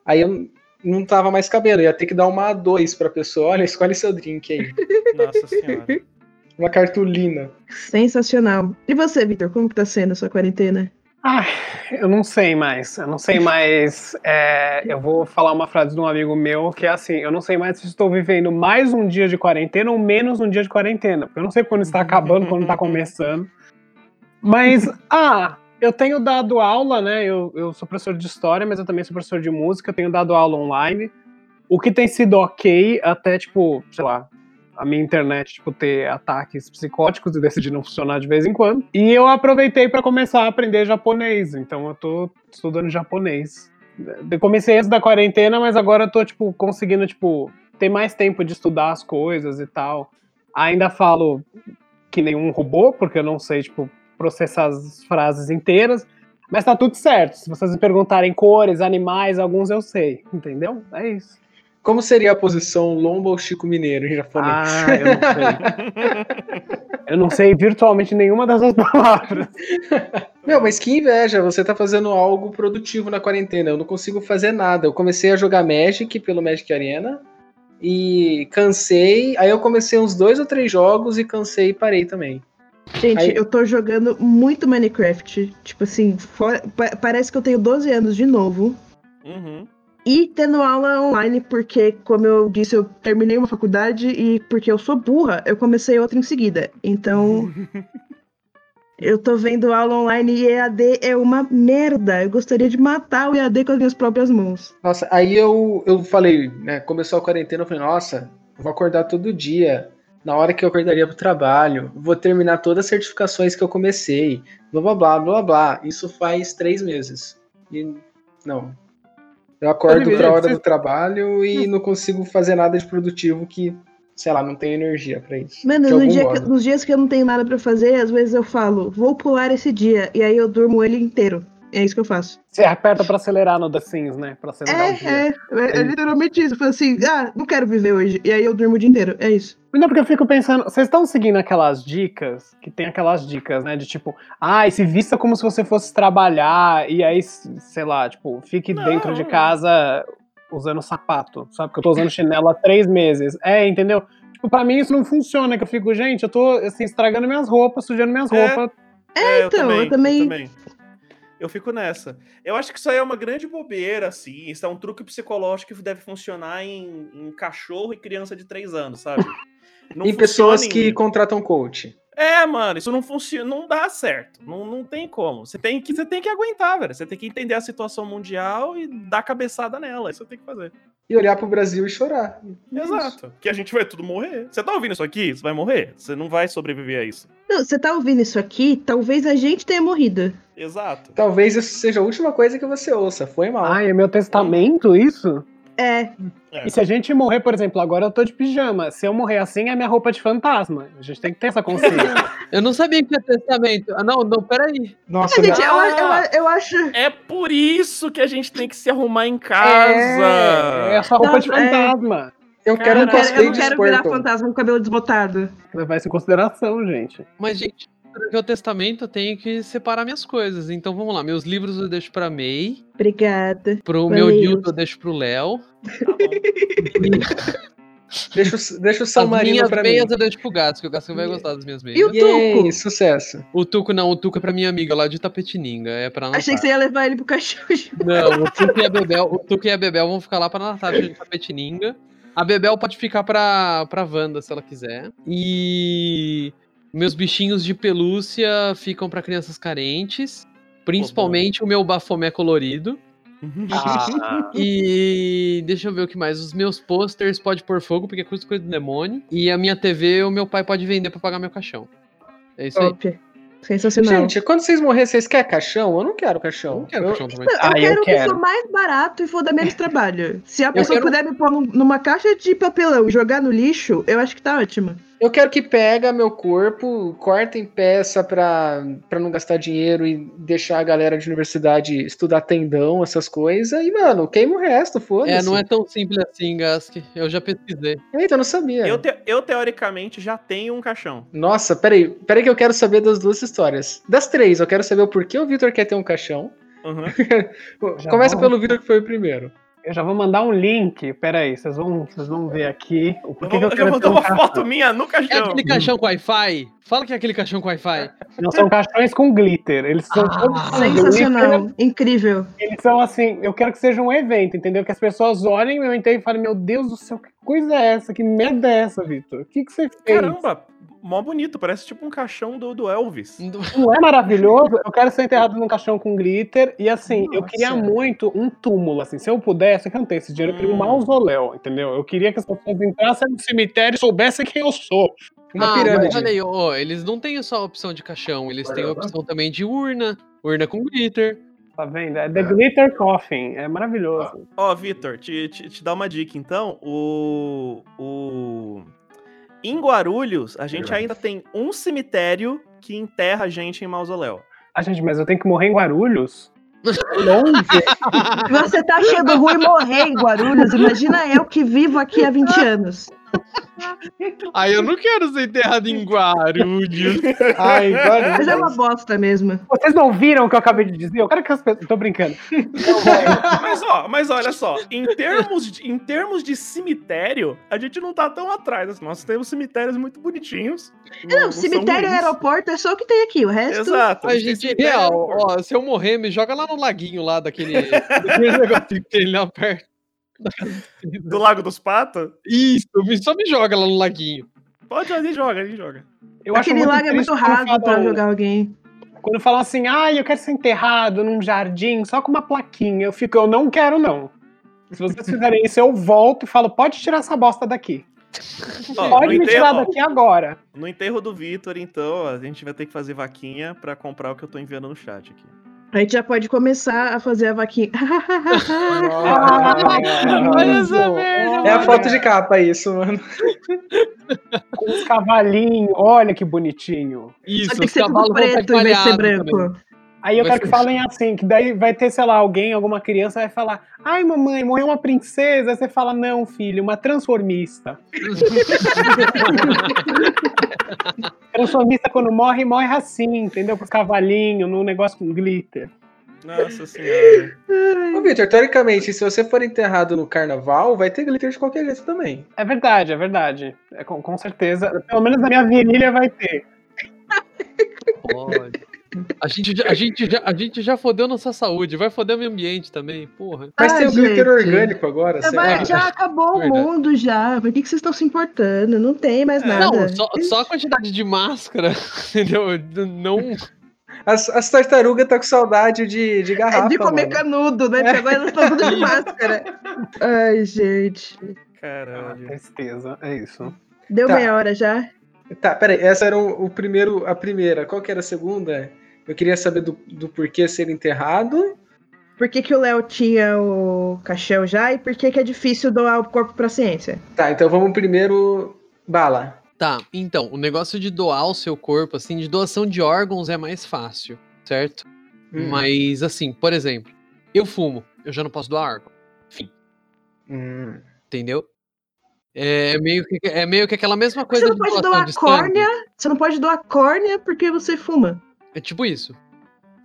C: Aí eu não tava mais cabelo, ia ter que dar uma A2 pra pessoa. Olha, escolhe seu drink aí.
B: Nossa senhora.
C: Uma cartolina.
A: Sensacional. E você, Vitor, como que tá sendo a sua quarentena?
E: Ah, eu não sei mais. Eu não sei mais. é, eu vou falar uma frase de um amigo meu que é assim: eu não sei mais se estou vivendo mais um dia de quarentena ou menos um dia de quarentena. Porque eu não sei quando está acabando, quando está começando. Mas, (laughs) ah, eu tenho dado aula, né? Eu, eu sou professor de história, mas eu também sou professor de música. Eu tenho dado aula online. O que tem sido ok, até tipo, sei lá, a minha internet tipo ter ataques psicóticos e decidir não funcionar de vez em quando. E eu aproveitei para começar a aprender japonês, então eu tô estudando japonês. Eu comecei antes da quarentena, mas agora eu tô tipo conseguindo tipo ter mais tempo de estudar as coisas e tal. Ainda falo que nenhum robô, porque eu não sei tipo processar as frases inteiras. Mas tá tudo certo. Se vocês me perguntarem cores, animais, alguns eu sei, entendeu? É isso.
C: Como seria a posição lombo ou Chico Mineiro em japonês?
E: Ah, eu não sei. eu não sei virtualmente nenhuma dessas (laughs) palavras.
C: Meu, mas que inveja, você tá fazendo algo produtivo na quarentena. Eu não consigo fazer nada. Eu comecei a jogar Magic pelo Magic Arena e cansei. Aí eu comecei uns dois ou três jogos e cansei e parei também.
A: Gente,
C: Aí-
A: eu tô jogando muito Minecraft. Tipo assim, fora- pa- parece que eu tenho 12 anos de novo.
B: Uhum.
A: E tendo aula online, porque, como eu disse, eu terminei uma faculdade e porque eu sou burra, eu comecei outra em seguida. Então.
C: (laughs)
A: eu tô vendo aula online e EAD é uma merda. Eu gostaria de matar o EAD com as minhas próprias mãos.
C: Nossa, aí eu, eu falei, né? Começou a quarentena, eu falei, nossa, eu vou acordar todo dia. Na hora que eu acordaria pro trabalho, vou terminar todas as certificações que eu comecei. Blá blá blá blá blá. Isso faz três meses. E não. Eu acordo
E: Olivia,
B: é,
C: pra hora
E: você-
C: do trabalho
B: Hum.
C: e não consigo fazer nada de produtivo que, sei lá, não tenho energia pra isso.
A: Mano,
C: de
A: no
C: algum
A: dia que-
C: modo.
A: nos dias que eu não tenho nada pra fazer, às vezes eu falo, vou pular esse dia. E aí eu durmo ele inteiro. É isso que eu faço.
E: Você aperta pra acelerar no The Sims, né? Pra acelerar o dia.
A: É, é, é, é literalmente isso. Eu falo assim, ah, não quero viver hoje. E aí eu durmo o dia inteiro. É isso.
E: Não, porque eu fico pensando, vocês estão seguindo aquelas dicas, que tem aquelas dicas, né? De tipo, ah, se vista como se você fosse trabalhar, e aí, s- sei lá, tipo, fique
B: Não.
E: dentro de casa usando sapato, sabe? Porque eu tô usando chinelo há três meses. É, entendeu? Tipo, pra mim isso não funciona, que eu fico, gente, eu tô, assim, estragando minhas roupas, sujando minhas
B: É.
E: roupas.
B: É,
A: então, eu
B: Eu
A: também-
B: Eu fico nessa. Eu acho que isso aí é uma grande bobeira, assim. Isso é um truque psicológico que deve funcionar em, em cachorro e criança de 3 anos, sabe? Não
C: Em pessoas
B: funciona
C: que
B: em-
C: contratam coach.
B: É, mano, isso não funciona, não dá certo. Não, não tem como. Você tem, que, você tem que aguentar, velho. Você tem que entender a situação mundial e dar cabeçada nela. Isso você tem que fazer.
C: E olhar pro Brasil e chorar.
B: Exato. Que a gente vai tudo morrer. Você tá ouvindo isso aqui? Você vai morrer. Você não vai sobreviver a isso.
A: Não, você tá ouvindo isso aqui? Talvez a gente tenha morrido.
B: Exato.
C: Talvez isso seja a última coisa que você ouça. Foi mal.
E: Ai, é meu testamento isso?
A: É,
B: É.
E: E se a gente morrer, por exemplo, agora eu tô de pijama. Se eu morrer assim, é minha roupa de fantasma. A gente tem que ter essa
B: (laughs)
E: consciência.
D: Eu não sabia que tinha testamento. Ah, não, não, peraí.
C: Nossa,
A: gente,
C: não.
A: eu, eu- eu acho.
B: É por isso que a gente tem que se arrumar em casa.
E: É, é só roupa de
A: Nossa, é.
E: fantasma.
C: eu quero
A: Eu não
C: um
A: quero, eu
C: cosplay
A: não
C: de
A: quero virar
C: Squirtle.
A: fantasma com cabelo desbotado.
E: Levar isso em consideração, gente.
D: Mas, gente, para ver o testamento, eu tenho que separar minhas coisas. Então, vamos lá. Meus livros eu deixo pra May.
A: Obrigada.
D: Pro
A: Valeu.
D: meu dildo eu deixo pro Léo.
B: Tá bom.
C: Deixa, o- deixa o São
D: As
C: Marino
D: minhas
C: pra mim.
D: meias eu deixo pro Gato, que o Gato vai gostar das minhas meias.
A: E o
C: Yay,
A: Tuco?
C: sucesso.
D: O Tuco não, o Tuco é pra minha amiga lá de Tapetininga. É pra Natália.
A: Achei que você ia levar ele pro cachorro.
D: Não, o Tuco e a Bebel, o Tuco e a Bebel vão ficar lá pra Natália de Tapetininga. A Bebel pode ficar pra, pra Wanda, se ela quiser. E meus bichinhos de pelúcia ficam pra crianças carentes. Principalmente o meu bafomé colorido. (laughs) E deixa eu ver o que mais. Os meus posters pode pôr fogo, porque é coisa coisa do demônio. E a minha TV, o meu pai pode vender pra pagar meu caixão. É isso aí.
A: Top. Sensacional.
C: Gente, quando vocês morrerem, vocês querem caixão? Eu não quero caixão.
D: Não quero
C: Então, Eu-
D: caixão também.
A: eu
E: Ah, eu
A: quero que
E: quero.
A: seja mais barato e for dar menos trabalho. Se a pessoa
D: quero-
A: puder me pôr num- numa caixa de papelão e jogar no lixo, eu acho que tá ótima.
C: Eu quero que pega meu corpo, corta em peça pra, pra não gastar dinheiro e deixar a galera de universidade estudar tendão, essas coisas. E, mano, queima o resto, foda-se.
D: É, não é tão simples assim, Gask. Eu já pesquisei.
C: Eita, eu não sabia.
B: (laughs) Eu, te- eu, teoricamente, já tenho um caixão.
C: Nossa, peraí. Peraí que eu quero saber das duas histórias. Das três, eu quero saber o porquê o Vitor quer ter um caixão.
B: Uhum.
E: (laughs) Já
C: Começa
E: vamos.
C: pelo Vitor que foi o primeiro.
E: Eu já vou mandar um link. Peraí, vocês vão, vocês vão ver aqui o
B: Eu
E: porquê
B: vou,
E: que eu
B: eu vou
E: quero ter
B: botar
E: um
B: uma
E: caixão.
B: foto minha no
D: É
B: caixão.
D: aquele caixão com Wi-Fi? Fala que é aquele caixão com Wi-Fi.
E: Não são caixões com glitter. Eles são
D: Ah,
E: todos com glitter.
A: Sensacional. Incrível.
E: Eles são assim, eu quero que seja um evento, entendeu? Que as pessoas olhem meu enterro e falem, meu Deus do céu, que coisa é essa? Que merda é essa, Vitor? O que, que você fez?
B: Caramba, mó bonito. Parece tipo um caixão do, do Elvis.
E: Não é maravilhoso? Eu quero ser enterrado num caixão com glitter. E assim, eu
C: Nossa.
E: queria muito um túmulo, assim. Se eu pudesse, eu que não tenho esse dinheiro, eu queria um
B: Hum.
E: mausoléu, entendeu? Eu queria que as pessoas entrassem no cemitério e soubessem quem eu sou.
C: Uma
D: ah, mas
C: pirâmide.
D: olha aí, ó, eles não têm só a opção de caixão, eles têm a opção também de urna, urna com glitter.
E: Tá vendo? É The Glitter Coffin. É maravilhoso.
B: Ó, Vitor, te, te, te dá uma dica, então. O. O. Em Guarulhos, a gente ainda tem um cemitério que enterra a gente em mausoléu.
E: Ah, gente, mas eu tenho que morrer em Guarulhos? Longe?
A: Você tá achando ruim morrer em Guarulhos? Imagina eu que vivo aqui há 20 anos.
D: Aí eu não quero ser enterrado em (laughs) Guarulhos.
C: Ai,
A: Mas é uma
C: Guarulhos.
A: bosta mesmo.
E: Vocês não viram o que eu acabei de dizer? Eu quero que as pessoas. Tô brincando.
B: Mas, ó, mas olha só, em termos, de, em termos de cemitério, a gente não tá tão atrás. assim, Nós temos cemitérios muito bonitinhos.
A: Não, cemitério e aeroporto é só o que tem aqui. O resto.
B: Exato.
D: Mas,
B: gente tem
D: gente, é
B: cemitério e
D: real,
B: aeroporto.
D: ó, se eu morrer, me joga lá no laguinho lá daquele, (laughs) daquele negocinho que tem lá perto.
B: Do Lago dos Patos?
D: Isso, me- só me joga lá no laguinho.
B: Pode, a gente joga, a gente joga.
E: Eu acho
A: Aquele
E: muito
A: lago é
E: triste
A: muito
E: quando
A: raso pra
E: falam-
A: jogar alguém.
E: Quando falam assim, ah, eu quero ser enterrado num jardim só com uma plaquinha, eu fico, eu não quero, não. Se vocês fizerem isso, eu volto e falo, pode tirar essa bosta daqui.
B: Ó, no
E: Pode me tirar
B: enterro-
E: daqui agora.
B: No enterro do Vitor, então, a gente vai ter que fazer vaquinha pra comprar o que eu tô enviando no chat aqui.
A: A gente já pode começar a fazer a vaquinha. (laughs)
D: Ah, Olha essa
E: merda,
C: É a foto de capa isso, mano.
E: Com os cavalinhos, olha que bonitinho.
A: Só
D: Isso,
A: tem que
D: os
A: ser tudo
D: cavalos vão
A: preto em vez de ser
D: estar também. né?
A: branco.
E: Aí eu
D: Vai
E: quero que
D: ser-
E: falem assim, que daí vai ter, sei lá, alguém, alguma criança vai falar, ai mamãe, morreu uma princesa. Aí você fala, não, filho, uma transformista. Transformista quando morre, morre assim, entendeu? Com os cavalinhos, num negócio com glitter.
B: Nossa senhora.
C: Ô, Vitor, teoricamente, se você for enterrado no carnaval, vai ter glitter de qualquer jeito também.
E: É verdade, é verdade. É, com, com certeza. Pelo menos na minha virilha vai ter.
D: Pode. A gente, já, a, gente já, a gente já fodeu nossa saúde, vai foder o meio ambiente também, porra.
C: Mas
A: Ah,
C: tem o glitter
A: gente.
C: orgânico agora,
A: Já
C: sei
A: vai-
C: lá.
A: já acabou o
D: Verdade.
A: mundo já. Por que, que vocês estão se importando? Não tem mais
B: É,
A: nada.
D: Não, só, só a quantidade de máscara, (laughs) entendeu? Não.
C: As, as tartarugas tá com saudade de, de garrafa,
A: É de comer
C: mano.
A: canudo,
D: É.
A: né? Porque agora elas estão tudo
D: (laughs)
A: de máscara. Ai, gente.
B: Caralho.
E: Tristeza, é isso.
A: Deu
C: Tá.
A: meia hora já?
C: Tá, peraí, essa era o, o primeiro, a primeira. Qual que era a segunda? Eu queria saber do, do porquê ser enterrado.
A: Por que, que o Léo tinha o caixão já e por que, que é difícil doar o corpo pra ciência?
C: Tá, então vamos primeiro. Bala.
D: Tá, então, o negócio de doar o seu corpo, assim, de doação de órgãos é mais fácil, certo?
C: Hum,
D: Mas, assim, por exemplo, eu fumo, eu já não posso doar órgão,
C: hum.
D: entendeu? É meio que, é meio que aquela mesma coisa
A: Você não
D: de
A: pode
D: doação
A: doar
D: de sangue.
A: córnea, você não pode doar córnea porque você fuma.
D: É tipo isso.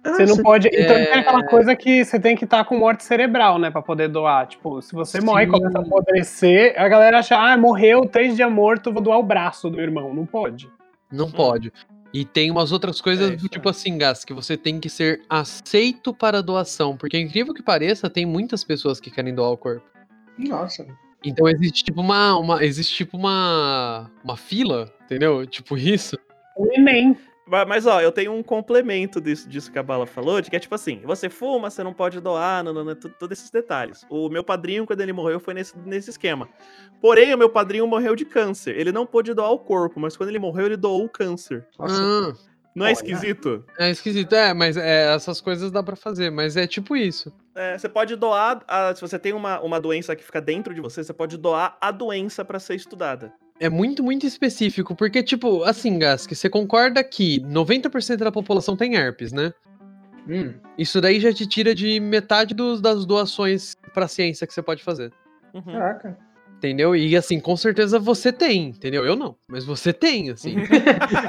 E: Você não
A: Nossa,
E: pode. Então
D: É.
E: tem aquela coisa que você tem que estar com morte cerebral, né? Pra poder doar. Tipo, se você morre e
D: Sim.
E: começa a apodrecer, a galera acha, ah, morreu, três dias morto, vou doar o braço do irmão. Não pode.
A: Hum.
D: Não pode. E tem umas outras coisas
B: É
D: do
B: isso,
D: tipo assim, Gas, que você tem que ser aceito para doação. Porque, incrível que pareça, tem muitas pessoas que querem doar o corpo.
C: Nossa.
D: Então existe tipo uma. uma existe tipo uma. Uma fila, entendeu? Tipo isso.
E: O Enem.
B: Ba- Mas, ó, eu tenho um complemento disso, disso que a Bala falou, de que é tipo assim, você fuma, você não pode doar, nanana, tu- todos esses detalhes. O meu padrinho, quando ele morreu, foi nesse, nesse esquema. Porém, o meu padrinho morreu de câncer. Ele não pôde doar o corpo, mas quando ele morreu, ele doou o câncer.
C: Nossa.
D: Ah,
B: Não é esquisito?
D: É esquisito, é, mas é, essas coisas dá pra fazer, mas é tipo isso.
B: É, você pode doar, a- se você tem uma, uma doença que fica dentro de você, você pode doar a doença pra ser estudada.
D: É muito, muito específico, porque, tipo, assim, Gask, você concorda que 90% da população tem herpes, né?
C: Hum,
D: Isso daí já te tira de metade dos, das doações pra ciência que você pode fazer.
B: Uhum.
C: caraca.
D: Entendeu? E assim, com certeza você tem, entendeu? Eu não, mas você tem, assim.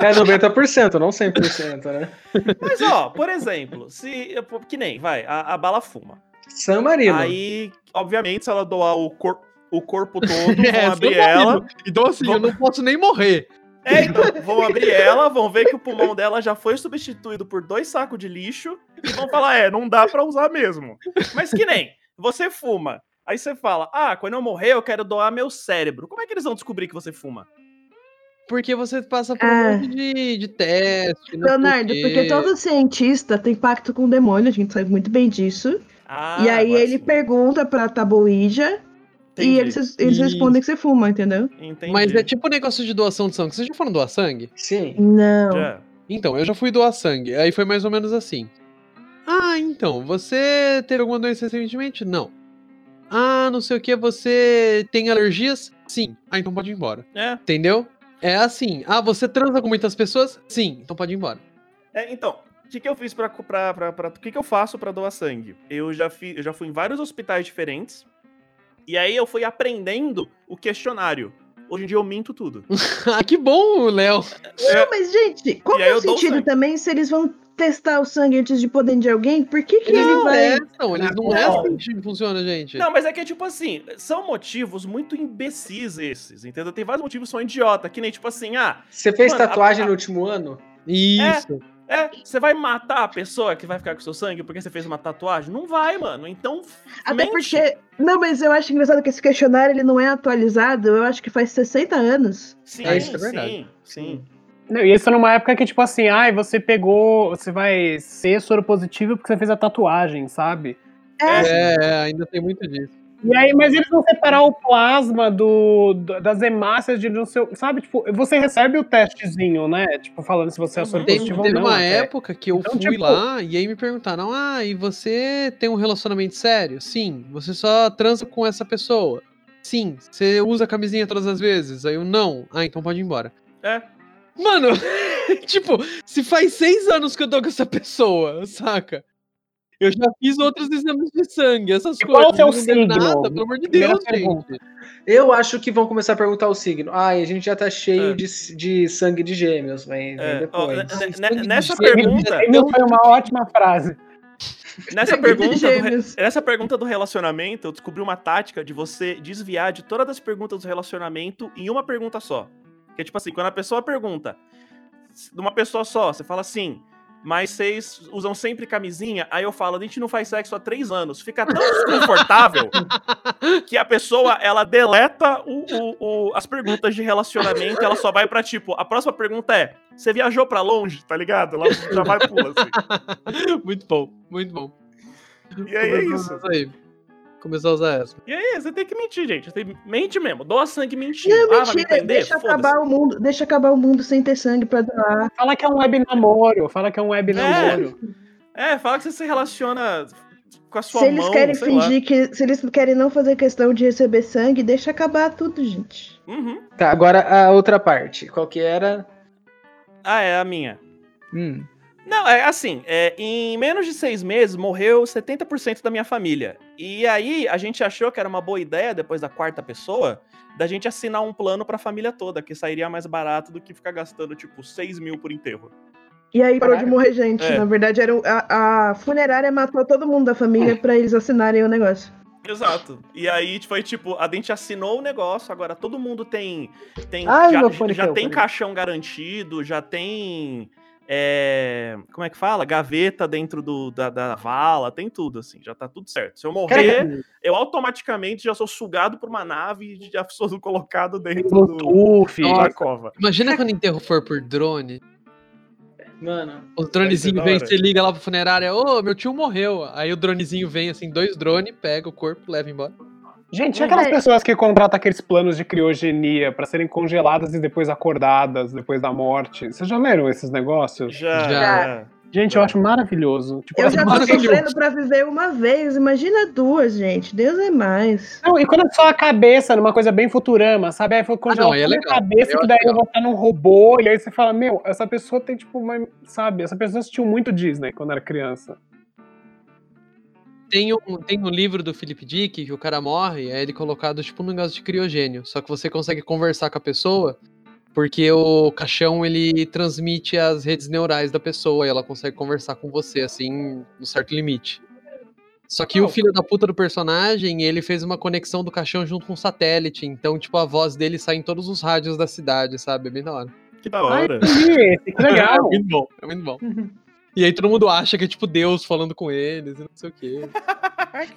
C: É 90%, não 100%, né?
B: Mas, ó, por exemplo, se. Que nem, vai, a, a bala fuma.
C: San Marino.
B: Aí, obviamente, se ela doar o, cor, o
D: (laughs)
B: corpo todo,
D: (laughs) É,
B: vão abrir
D: San Marino.
B: ela.
D: Então, assim, eu não posso nem morrer.
B: É, então, vão abrir ela, vão ver que o pulmão dela já foi substituído por dois sacos de lixo e vão falar, é, não dá pra usar mesmo. Mas que nem, você fuma. Aí você fala, ah, quando eu morrer eu quero doar meu cérebro. Como é que eles vão descobrir que você fuma?
D: Porque você passa por um
A: É.
D: monte de, de teste. não sei o
A: Leonardo, porque
D: quê.
A: todo cientista tem pacto com o demônio, a gente sabe muito bem disso.
B: Ah,
A: e aí
B: agora
A: ele
B: sim.
A: pergunta pra Tabuija
B: Entendi,
A: e eles, eles
D: Isso.
A: respondem que você fuma, entendeu?
B: entendi.
D: Mas é tipo o negócio de doação de sangue. Vocês já foram doar sangue?
C: Sim.
A: Não.
B: Já.
D: Então, eu já fui doar sangue. Aí foi mais ou menos assim. Ah, então, você teve alguma doença recentemente? Não. Ah, não sei o que, você tem alergias? Sim. Ah, então pode ir embora.
B: É.
D: Entendeu? É assim. Ah, você transa com muitas pessoas? Sim. Então pode ir embora. (laughs)
B: É, então, o que, que eu fiz pra. pra, pra, pra- o que, que eu faço pra doar sangue? Eu já, fi, eu já fui em vários hospitais diferentes. E aí eu fui aprendendo o questionário. Hoje em dia eu
D: (laughs)
B: minto tudo.
D: ah, que bom, Léo.
A: Não, mas, gente, qual
B: É. E
A: que
B: aí
A: é
B: eu
A: o
B: dou o
A: sentido
B: sangue.
A: também se eles vão testar o sangue antes de poder de alguém? Por que, que ele
D: Eles não
A: vai.
B: é
D: testam, eles não
E: Não.
D: testam que funciona, gente.
B: Não, mas é que é tipo assim, são motivos muito imbecis esses, entendeu? Tem vários motivos que são idiota, que nem tipo assim, ah,
C: Você fez
B: Mano, a-
C: tatuagem
B: a-
C: no último ano?
D: Isso.
B: é, você vai matar a pessoa que vai ficar com seu sangue porque você fez uma tatuagem? Não vai, mano. Então,
A: Até
B: mente.
A: porque. Não, mas eu acho engraçado que esse questionário ele não é atualizado, eu acho que faz 60 anos.
B: Sim,
D: É, isso é verdade.
B: sim, sim.
E: Não, e isso numa época que, tipo assim, ai, você pegou, você vai ser soro positivo porque você fez a tatuagem, sabe?
B: É,
D: É, é, ainda tem muito disso.
E: E aí, mas eles vão separar o plasma do, do- das hemácias de não sei, o- sabe? Tipo, você recebe o testezinho, né? Tipo, falando se você é soro
B: Uhum.
D: Teve,
E: positivo ou
D: teve
E: não.
D: uma
E: até.
D: época que eu
E: Então,
D: fui
E: tipo-
D: lá e aí me perguntaram: Ah, e você tem um relacionamento sério? Sim. Você só transa com essa pessoa? Sim. Você usa a camisinha todas as vezes? Aí eu não. Ah, então pode ir embora.
B: É.
D: Mano, (laughs) tipo, se faz seis anos que eu tô com essa pessoa, saca? Eu já fiz outros exames de sangue, essas
E: E
D: coisas.
E: qual é o seu
D: não deu
E: signo?
D: Nada, pelo amor de
E: Primeira
D: Deus,
E: pergunta.
D: gente.
C: Eu acho que vão começar a perguntar o signo. Ai, a gente já tá cheio
B: É.
C: de, de sangue de gêmeos, vem, vem
B: É, ó,
C: depois.
B: ne- ne-
D: sangue de
B: nessa
D: gêmeo.
A: (laughs)
B: pergunta,
E: Não foi uma ótima frase.
B: nessa
A: Sangue de
B: pergunta, do re-
A: gêmeos.
B: nessa pergunta do relacionamento, eu descobri uma tática de você desviar de todas as perguntas do relacionamento em uma pergunta só. Que é tipo assim, quando a pessoa pergunta de uma pessoa só, você fala assim, mas vocês usam sempre camisinha? Aí eu falo, a gente não faz sexo há três anos. Fica tão desconfortável que a pessoa, ela deleta o- o- o- as perguntas de relacionamento, ela só vai pra tipo, a próxima pergunta é, você viajou pra longe, tá ligado? Ela já vai e pula, assim.
D: muito bom, muito bom.
B: E aí é isso.
D: Aí. Começou a usar essa.
B: E aí, você tem que mentir, gente. Você tem... Mente mesmo. Doa sangue mentindo.
A: Não,
B: ah, vai me
A: mentira,
B: entender?
A: deixa acabar o mundo, deixa acabar o mundo sem ter sangue pra doar.
E: Fala que é um web namoro, fala que é um web namoro.
B: É, fala que você se relaciona com a sua
A: Se
B: mão,
A: eles querem
B: sei lá.
A: fingir que. Se eles querem não fazer questão de receber sangue, deixa acabar tudo, gente.
B: Uhum.
C: Tá, agora a outra parte. Qual que era?
B: Ah, é a minha.
C: Hum.
B: Não, é assim, é, em menos de seis meses morreu 70% da minha família. E aí a gente achou que era uma boa ideia, depois da quarta pessoa, da gente assinar um plano pra família toda, que sairia mais barato do que ficar gastando, tipo, 6 mil por enterro.
A: E aí parou de
C: Caralho.
A: morrer gente.
B: É.
A: Na verdade, era um- a, a funerária matou todo mundo da família pra eles assinarem o negócio.
B: Exato. E aí foi tipo, a gente assinou o negócio, agora todo mundo tem. tem
C: Ai,
B: já
C: meu fone
B: já
C: caiu,
B: tem
C: peraí.
B: caixão garantido, já tem. é, como é que fala? Gaveta dentro do, da, da vala, tem tudo, assim, já tá tudo certo. Se eu morrer,
C: Cara,
B: eu automaticamente já sou sugado por uma nave e já sou (laughs) colocado dentro do,
E: Bluetooth.
B: da cova.
E: É.
D: Imagina quando o enterro for por drone.
C: mano,
D: Os
B: da
D: dronezinhos vêm,
B: hora.
D: você liga lá é, pra funerária, ô, meu tio morreu. Aí o dronezinho vem, assim, dois drones, pega o corpo, leva embora.
E: Gente, e aquelas
A: Mas-
E: pessoas que contratam aqueles planos de criogenia pra serem congeladas e depois acordadas depois da morte. Vocês já leram esses negócios?
B: Já.
A: Já.
E: Gente,
B: É.
E: eu acho maravilhoso. Tipo,
A: Eu
E: essa
A: já tô
E: maravilhoso.
A: sofrendo pra viver uma vez, imagina duas, gente. Deus é mais.
E: Não, e quando é só a cabeça, numa coisa bem futurama, sabe? Aí foi quando
D: Ah, não, aí é
E: ela põe
D: legal.
E: a
D: Eu
E: cabeça, que
D: acho
E: daí eu
D: legal.
E: vou estar num robô, e aí você fala, meu, essa pessoa tem tipo uma. Sabe, essa pessoa assistiu muito Disney quando era criança.
D: Tem um, tem um livro do Philip Dick que o cara morre, é ele colocado tipo num negócio de criogênio. Só que você consegue conversar com a pessoa, porque o caixão ele transmite as redes neurais da pessoa e ela consegue conversar com você, assim, no certo limite. Só que o filho da puta do personagem, ele fez uma conexão do caixão junto com um satélite. Então, tipo, a voz dele sai em todos os rádios da cidade, sabe? É bem da hora.
B: Que da
C: (laughs)
B: hora.
E: Ih, que
D: (laughs) É
E: legal!
D: muito bom, é muito bom. E aí todo mundo acha que é tipo Deus falando com eles e não sei o
C: (laughs)
D: quê.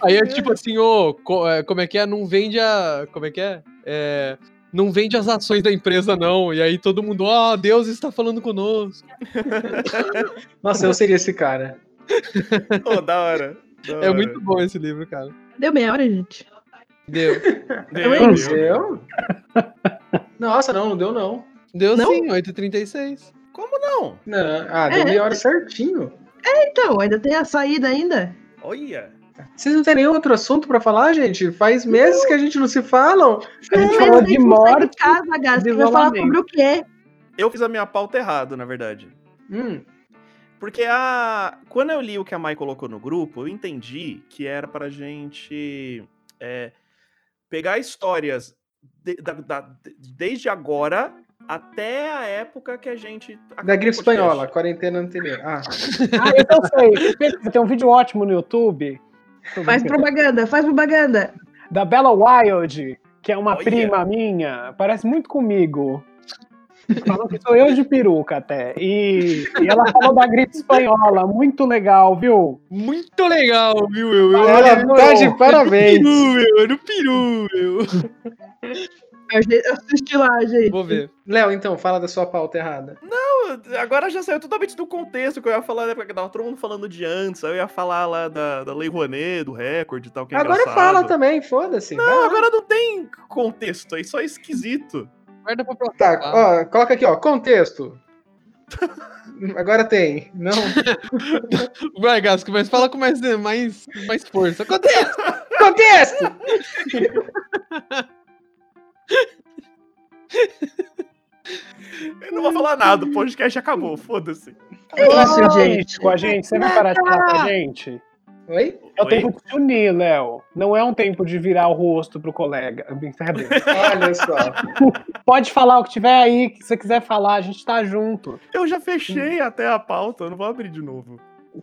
D: Aí é tipo assim, ô, co- é, como é que é? Não vende a. Como é que é? É, Não vende as ações da empresa, não. E aí todo mundo, ó, Deus está falando conosco.
C: Nossa, eu seria esse cara.
B: Pô, da hora. Da
D: É
B: hora.
D: muito bom esse livro, cara.
A: Deu meia hora, gente.
D: Deu.
B: Deu,
C: É um
A: Não
B: deu, deu.
C: Deu? Nossa, não, não deu não.
D: Deu
A: Não?
D: sim, 8h36.
B: Como não?
C: não. Ah, deu
A: É.
C: meia hora certinho.
A: Então, ainda tem a saída ainda?
B: Olha.
C: Vocês não têm nenhum outro assunto pra falar, gente? Faz meses que a gente não se falam.
E: A gente
A: Não,
E: falou
A: mas
E: de
A: não assim, sai
E: morte.
A: casa, Gabi. Você vai falar
E: isolamento.
A: sobre o quê?
B: Eu fiz a minha pauta errado, na verdade.
C: Hum,
B: Porque a. Quando eu li o que a Mai colocou no grupo, eu entendi que era pra gente é, pegar histórias de- da- da- de- desde agora até a época que a gente. acabou
C: da
B: o
C: gripe
B: podcast.
C: espanhola, quarentena anterior. Ah,
E: Ah, eu não sei. Pesquisa, Tem um vídeo ótimo no YouTube sobre-
A: Faz propaganda, faz propaganda.
E: da Bella Wild, que é uma
B: Olha.
E: prima minha, parece muito comigo. Falou que sou eu de peruca até. E, e ela falou da gripe espanhola, muito legal, viu?
D: Muito legal, viu, eu? eu
C: ela
E: meu.
C: tá de parabéns.
D: meu, é no peru, meu.
A: A gente- Assiste lá, gente.
D: Vou ver.
C: Léo, então, fala da sua pauta errada.
B: Pô, Agora já saiu totalmente do contexto que eu ia falar, né? Porque tava todo mundo falando de antes, aí eu ia falar lá da, da Lei Rouanet, do recorde e tal. Que é
C: Agora
B: engraçado.
C: fala também, foda-se. vai
B: Não,
C: lá.
B: agora não tem contexto, aí só é esquisito.
D: Guarda pra próxima.
C: Tá,
D: fala.
C: ó, coloca aqui, ó, contexto. Agora tem. Não,
D: Vai, Gasco, mas fala com mais, mais, mais força. é? Acontece!
C: contexto!
B: Eu não
C: Hum.
B: vou falar nada, o podcast acabou, foda-se.
A: É isso,
E: Oi,
A: gente.
E: Com a gente, você vai parar de falar com a gente?
C: Oi?
E: É o
B: Oi?
E: tempo de se unir, Léo. Não é um tempo de virar o rosto pro colega. É Brincadeira. (laughs)
C: Olha só.
E: Pode falar o que tiver aí, que você quiser falar, a gente tá junto.
B: Eu já fechei até a pauta, eu não vou abrir de novo.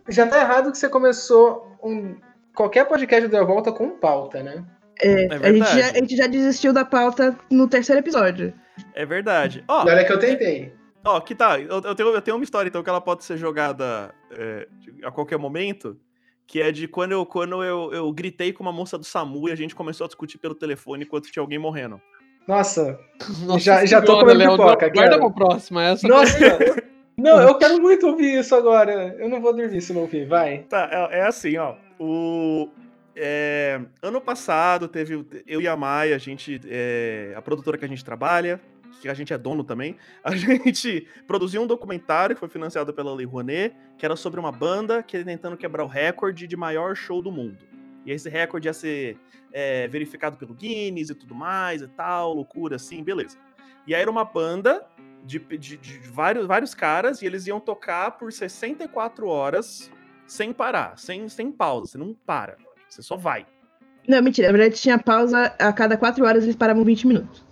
C: Já tá errado que você começou um... qualquer podcast deu a volta com pauta, né?
A: É,
B: É
A: a, gente
B: verdade.
A: já, a gente já desistiu da pauta no terceiro episódio.
B: É verdade. Ó,
C: E olha que eu tentei.
B: ó que tá, eu, eu tenho, eu tenho uma história então que ela pode ser jogada é, a qualquer momento, que é de quando, eu, quando eu, eu gritei com uma moça do SAMU e a gente começou a discutir pelo telefone enquanto tinha alguém morrendo.
C: Nossa,
D: Nossa
C: Já- já tô
D: Senhora,
C: comendo
D: Léo,
C: pipoca,
D: não, Guarda pra
C: cara.
D: próxima, essa
C: nossa. (laughs) Não, eu quero muito ouvir isso agora. Eu não vou dormir se não ouvir, vai.
B: Tá, é, é assim, ó. O. é, ano passado teve. o- Eu e a Mai, a gente. é, a produtora que a gente trabalha, que a gente é dono também, (laughs) a gente produziu um documentário que foi financiado pela Lei Rouanet, que era sobre uma banda que é tentando quebrar o recorde de maior show do mundo. E esse recorde ia ser é, verificado pelo Guinness e tudo mais e tal, loucura assim, beleza. E aí era uma banda de, de- de vários, vários caras e eles iam tocar por 64 horas sem parar, sem, sem pausa. Você não para, você só vai.
A: Não, mentira. Na verdade, tinha pausa a cada quatro horas eles paravam 20 minutos.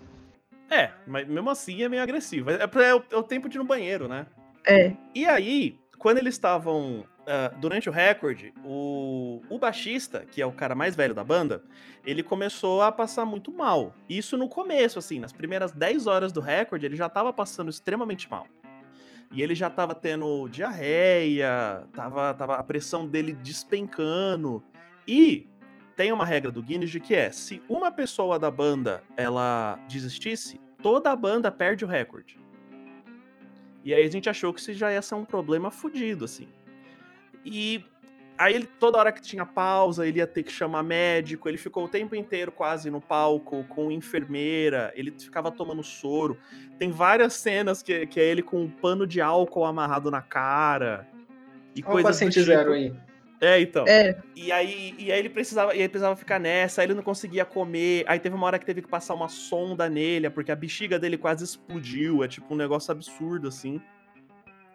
B: É, mas mesmo assim é meio agressivo. É, pra- é o, é o tempo de ir no banheiro, né?
A: É.
B: E aí, quando eles estavam. ah, durante o recorde, o, o baixista, que é o cara mais velho da banda, ele começou a passar muito mal. Isso no começo, assim, nas primeiras 10 horas do recorde, ele já tava passando extremamente mal. E ele já tava tendo diarreia, tava, tava a pressão dele despencando. E tem uma regra do Guinness de que é, se uma pessoa da banda ela desistisse, toda a banda perde o recorde. E aí a gente achou que isso já ia ser um problema fudido, assim. E Aí ele, toda hora que tinha pausa, ele ia ter que chamar médico, ele ficou o tempo inteiro quase no palco com enfermeira, ele ficava tomando soro. Tem várias cenas que, que é ele com um pano de álcool amarrado na cara. E
C: Olha o
B: coisas do
C: paciente
B: tipo.
C: zero aí.
B: É, então.
A: É,
B: E aí, e aí ele precisava, e aí precisava ficar nessa, aí ele não conseguia comer. Aí teve uma hora que teve que passar uma sonda nele, é porque a bexiga dele quase explodiu. É tipo um negócio absurdo, assim.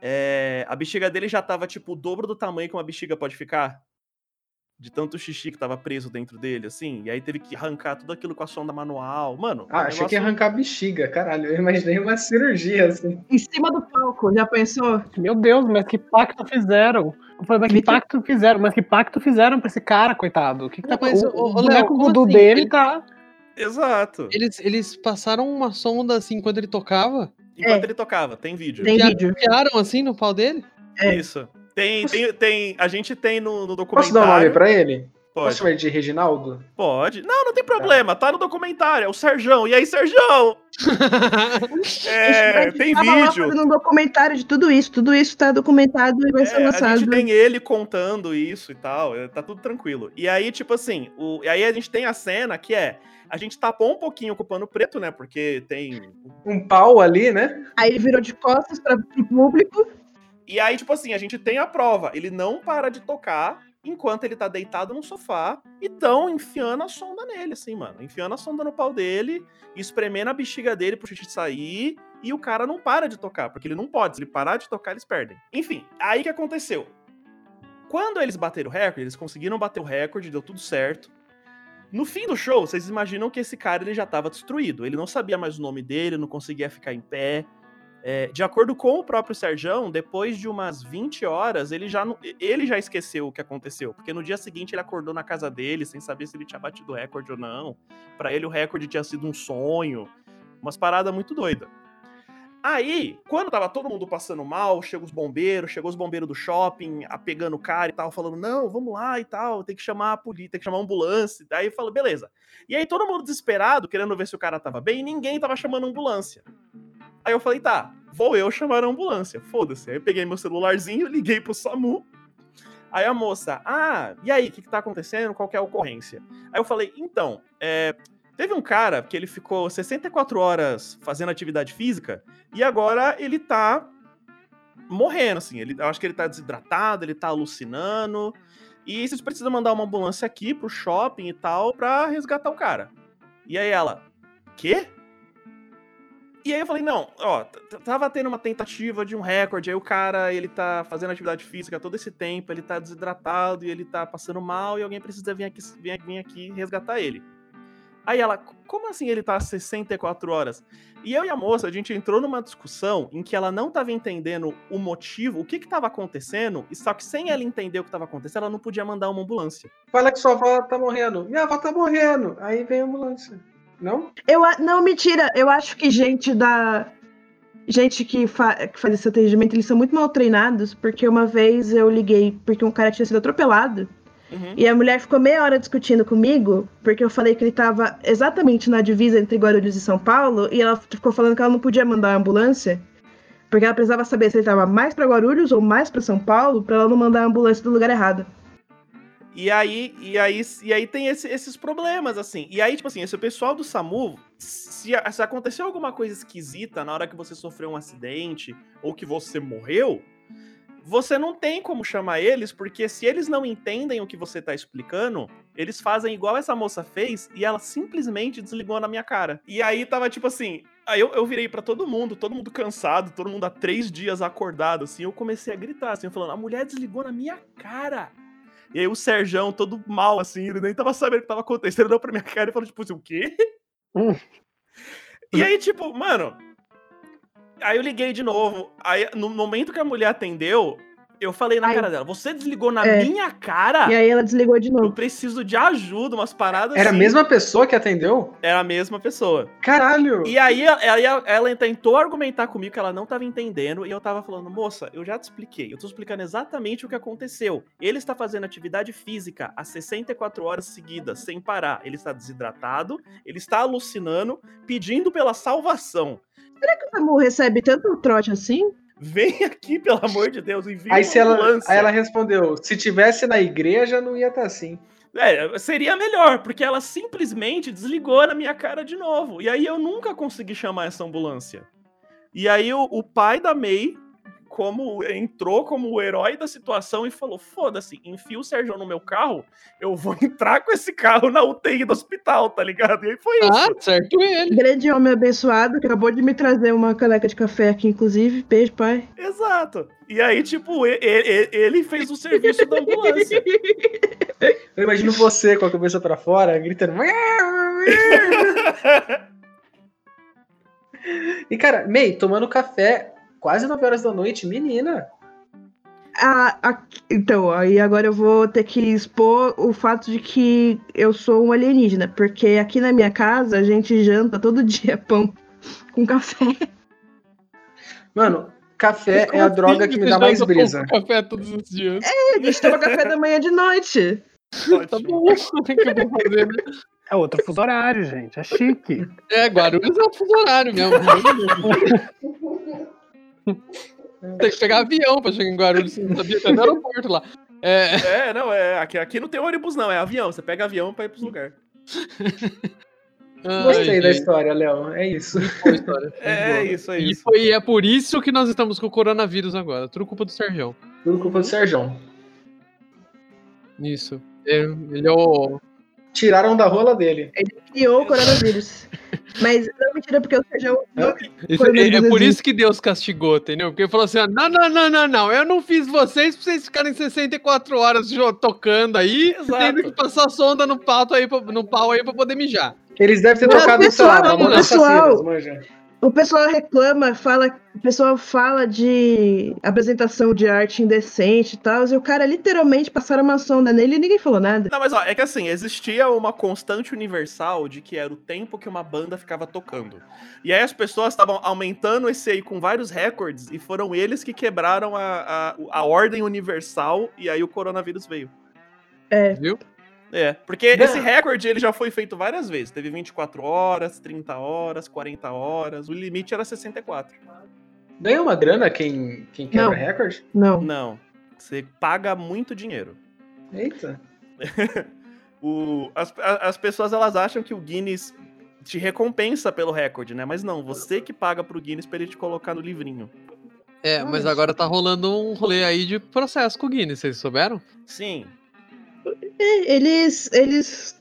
B: É, a bexiga dele já tava, tipo, o dobro do tamanho que uma bexiga pode ficar. De tanto xixi que tava preso dentro dele, assim. E aí teve que arrancar tudo aquilo com a sonda manual. Mano,
C: Ah,
B: o
C: achei que ia
B: negócio-
C: arrancar a bexiga, caralho. Eu imaginei uma cirurgia, assim.
A: em cima do palco, já pensou?
E: Meu Deus, mas que pacto fizeram? Eu falei, mas que
A: Me-
E: pacto fizeram? Mas que pacto fizeram pra esse cara, coitado? O que, que tá
D: Não, mas,
E: acontecendo?
D: ô,
E: O,
D: ô,
E: o
D: Léo,
E: boneco
D: como
E: voodoo
D: assim?
E: dele
D: Ele-
E: tá.
B: Exato.
D: Eles, eles passaram uma sonda assim enquanto ele tocava.
B: Enquanto ele tocava, tem vídeo.
A: Tem
D: Já-
A: vídeo.
D: Piaram assim no pau dele?
A: É.
B: Isso. Tem, tem, tem. A gente tem no, no
C: Posso
B: documentário.
C: dar um nome pra ele? Posso
B: Pode.
C: chamar ele de Reginaldo?
B: Pode. Não, não tem problema. Tá no documentário. É o Serjão. E aí, Serjão? É,
A: A gente
B: tem
A: tava lá
B: vídeo.
A: fazendo um documentário de tudo isso. Tudo isso tá documentado e vai ser
B: É, a
A: lançado.
B: gente tem ele contando isso e tal. é, Tá tudo tranquilo. E aí, tipo assim, o, e aí a gente tem a cena que é. A gente tapou um pouquinho com o pano preto, né? Porque tem.
C: Um pau ali, né?
A: Aí ele virou de costas para o público.
B: E aí, tipo assim, a gente tem a prova. Ele não para de tocar enquanto ele tá deitado no sofá e tão enfiando a sonda nele, assim, mano. Enfiando a sonda no pau dele, espremendo a bexiga dele pro xixi sair. E o cara não para de tocar, porque ele não pode. Se ele parar de tocar, eles perdem. Enfim, aí que aconteceu? Quando eles bateram o recorde, eles conseguiram bater o recorde, deu tudo certo. No fim do show, vocês imaginam que esse cara ele já tava destruído. Ele não sabia mais o nome dele, não conseguia ficar em pé. É, de acordo com o próprio Serjão, depois de umas 20 horas, ele já, não- ele já esqueceu o que aconteceu. Porque no dia seguinte ele acordou na casa dele, sem saber se ele tinha batido o recorde ou não. Pra ele, o recorde tinha sido um sonho. Umas paradas muito doidas. Aí, quando tava todo mundo passando mal, chegam os bombeiros, chegou os bombeiros do shopping, a- pegando o cara e tal, falando, não, vamos lá e tal, tem que chamar a polícia, tem que chamar a ambulância. Daí fala, beleza. E aí todo mundo desesperado, querendo ver se o cara tava bem, e ninguém tava chamando a ambulância. Aí eu falei, tá, vou eu chamar a ambulância. Foda-se. Aí eu peguei meu celularzinho, liguei pro SAMU. Aí a moça, ah, e aí, o que, que tá acontecendo? Qual que é a ocorrência? Aí eu falei, então, é, teve um cara que ele ficou 64 horas fazendo atividade física e agora ele tá morrendo, assim. Ele, eu acho que ele tá desidratado, ele tá alucinando. E vocês precisam mandar uma ambulância aqui pro shopping e tal pra resgatar o cara. E aí ela, quê? E aí eu falei, não, ó, t- t- tava tendo uma tentativa de um recorde, aí o cara, ele tá fazendo atividade física todo esse tempo, ele tá desidratado e ele tá passando mal e alguém precisa vir aqui, vir, vir aqui resgatar ele. Aí ela, como assim ele tá há 64 horas? E eu e a moça, a gente entrou numa discussão em que ela não tava entendendo o motivo, o que que tava acontecendo, e só que sem ela entender o que tava acontecendo, ela não podia mandar uma ambulância.
C: Fala que sua avó tá morrendo. Minha avó tá morrendo. Aí vem a ambulância. Não?
A: Eu, a- não, mentira. Eu acho que gente da. Gente que, fa- que faz esse atendimento, eles são muito mal treinados, porque uma vez eu liguei porque um cara tinha sido atropelado.
B: Uhum.
A: E a mulher ficou meia hora discutindo comigo, porque eu falei que ele tava exatamente na divisa entre Guarulhos e São Paulo, e ela ficou falando que ela não podia mandar a ambulância, porque ela precisava saber se ele tava mais pra Guarulhos ou mais pra São Paulo, pra ela não mandar a ambulância do lugar errado.
B: E aí, e aí, e aí tem esse- esses problemas, assim. E aí, tipo assim, esse pessoal do SAMU, se, a- se aconteceu alguma coisa esquisita na hora que você sofreu um acidente ou que você morreu, você não tem como chamar eles, porque se eles não entendem o que você tá explicando, eles fazem igual essa moça fez e ela simplesmente desligou na minha cara. E aí tava tipo assim. Aí eu, eu virei pra todo mundo, todo mundo cansado, todo mundo há três dias acordado, assim. Eu comecei a gritar, assim, falando: a mulher desligou na minha cara. E aí o Serjão, todo mal, assim, ele nem tava sabendo o que tava acontecendo, olhou pra minha cara e falou, tipo assim,
A: (laughs)
B: o quê?
E: Hum.
B: e aí, tipo, mano. Aí eu liguei de novo. Aí, no momento que a mulher atendeu, eu falei na
A: Ai.
B: cara dela, você desligou na
A: É.
B: minha cara?
A: E aí ela desligou de
B: Eu
A: novo.
B: preciso de ajuda, umas paradas.
C: Era a
B: assim."
C: mesma pessoa que atendeu?
B: Era a mesma pessoa.
C: Caralho!
B: E aí ela, ela- ela tentou argumentar comigo que ela não tava entendendo e eu tava falando, moça, eu já te expliquei, eu tô explicando exatamente o que aconteceu. Ele está fazendo atividade física há 64 horas seguidas, sem parar. Ele está desidratado, ele está alucinando, pedindo pela salvação.
A: Será que o Samu recebe tanto trote assim?
B: Vem aqui, pelo amor de Deus, envia
C: Aí,
B: uma
C: se ela,
B: ambulância.
C: aí ela respondeu: se tivesse na igreja, não ia estar assim.
B: É, seria melhor, porque ela simplesmente desligou na minha cara de novo. E aí eu nunca consegui chamar essa ambulância. E aí o, o pai da May como entrou como o herói da situação e falou: "Foda-se, enfia o Sérgio no meu carro, eu vou (laughs) entrar com esse carro na UTI do hospital", tá ligado? E aí foi isso.
D: Ah, certo ele.
A: Grande homem abençoado, acabou de me trazer uma caneca de café aqui, inclusive. Beijo, pai.
B: Exato. E aí tipo, e- e- e- ele fez o serviço da ambulância.
C: Eu imagino você com a cabeça pra fora, gritando. (laughs) e cara, May, tomando café quase 9 horas da noite, menina.
A: Ah, ah, então, aí agora eu vou ter que expor o fato de que eu sou um alienígena, porque aqui na minha casa a gente janta todo (laughs) dia pão com café.
C: Mano, café é a
D: Como
C: droga
D: assim
C: que me
D: você
C: dá mais
D: joga
C: brisa.
D: pouco (laughs) Café todos os dias.
A: (laughs) A gente toma café da manhã e de noite.
D: (laughs) Tá bom. O que que eu vou
A: (laughs)
D: fazer, né?
E: É outro fuso horário, gente. É chique.
D: É, Guarulhos é um fuso horário mesmo.
C: (laughs)
D: Tem que pegar avião pra chegar em Guarulhos. Você não sabia que era aeroporto lá. É,
B: É, não, é, aqui, aqui não tem ônibus não, é avião, você pega avião pra ir pros lugares.
D: ai,
C: Gostei da
D: gente,
C: história, Léo. É isso.
D: boa história.
C: (laughs)
B: É, é isso, é
D: E,
B: isso.
D: foi, e é por isso que nós estamos com o coronavírus agora. Tudo culpa do Sergião.
C: Tudo culpa do Sérgio.
D: Isso. É, ele é o.
C: Tiraram da rola dele.
A: Criou o coronavírus. Mas não é mentira, porque o Sérgio não
D: esse-
A: Coronavírus
D: é, é por
A: existe.
D: isso que Deus castigou, entendeu? Porque ele falou assim: ó, não, não, não, não, não. Eu não fiz vocês pra vocês ficarem 64 horas jo- tocando aí,
B: Exato.
D: tendo que passar sonda no, pato aí, pra- no pau aí pra poder mijar.
C: Eles devem ter
A: Mas,
C: tocado, sei lá,
A: pessoal,
C: Mamonas
A: pessoal.
C: Assassinas, manja.
A: O pessoal reclama, fala, o pessoal fala de apresentação de arte indecente e tal, e o cara literalmente passaram uma sonda nele e ninguém falou nada.
B: Não, mas ó, é que assim, existia uma constante universal de que era o tempo que uma banda ficava tocando. E aí as pessoas estavam aumentando esse aí com vários recordes, e foram eles que quebraram a, a, a ordem universal, e aí o coronavírus veio.
A: É.
D: Viu?
B: É, porque
C: Não.
B: esse recorde ele já foi feito várias vezes. Teve 24 horas, 30 horas, 40 horas. O limite era 64.
C: Ganha uma grana quem, quem quebra
A: Não.
C: recorde?
A: Não.
B: Não, você paga muito dinheiro.
C: Eita.
B: O- as, a- as pessoas elas acham que o Guinness te recompensa pelo recorde, né? Mas não, você que paga pro Guinness pra ele te colocar no livrinho.
D: É, mas agora tá rolando um rolê aí de processo com o Guinness, vocês souberam?
B: Sim.
A: É, Eles, eles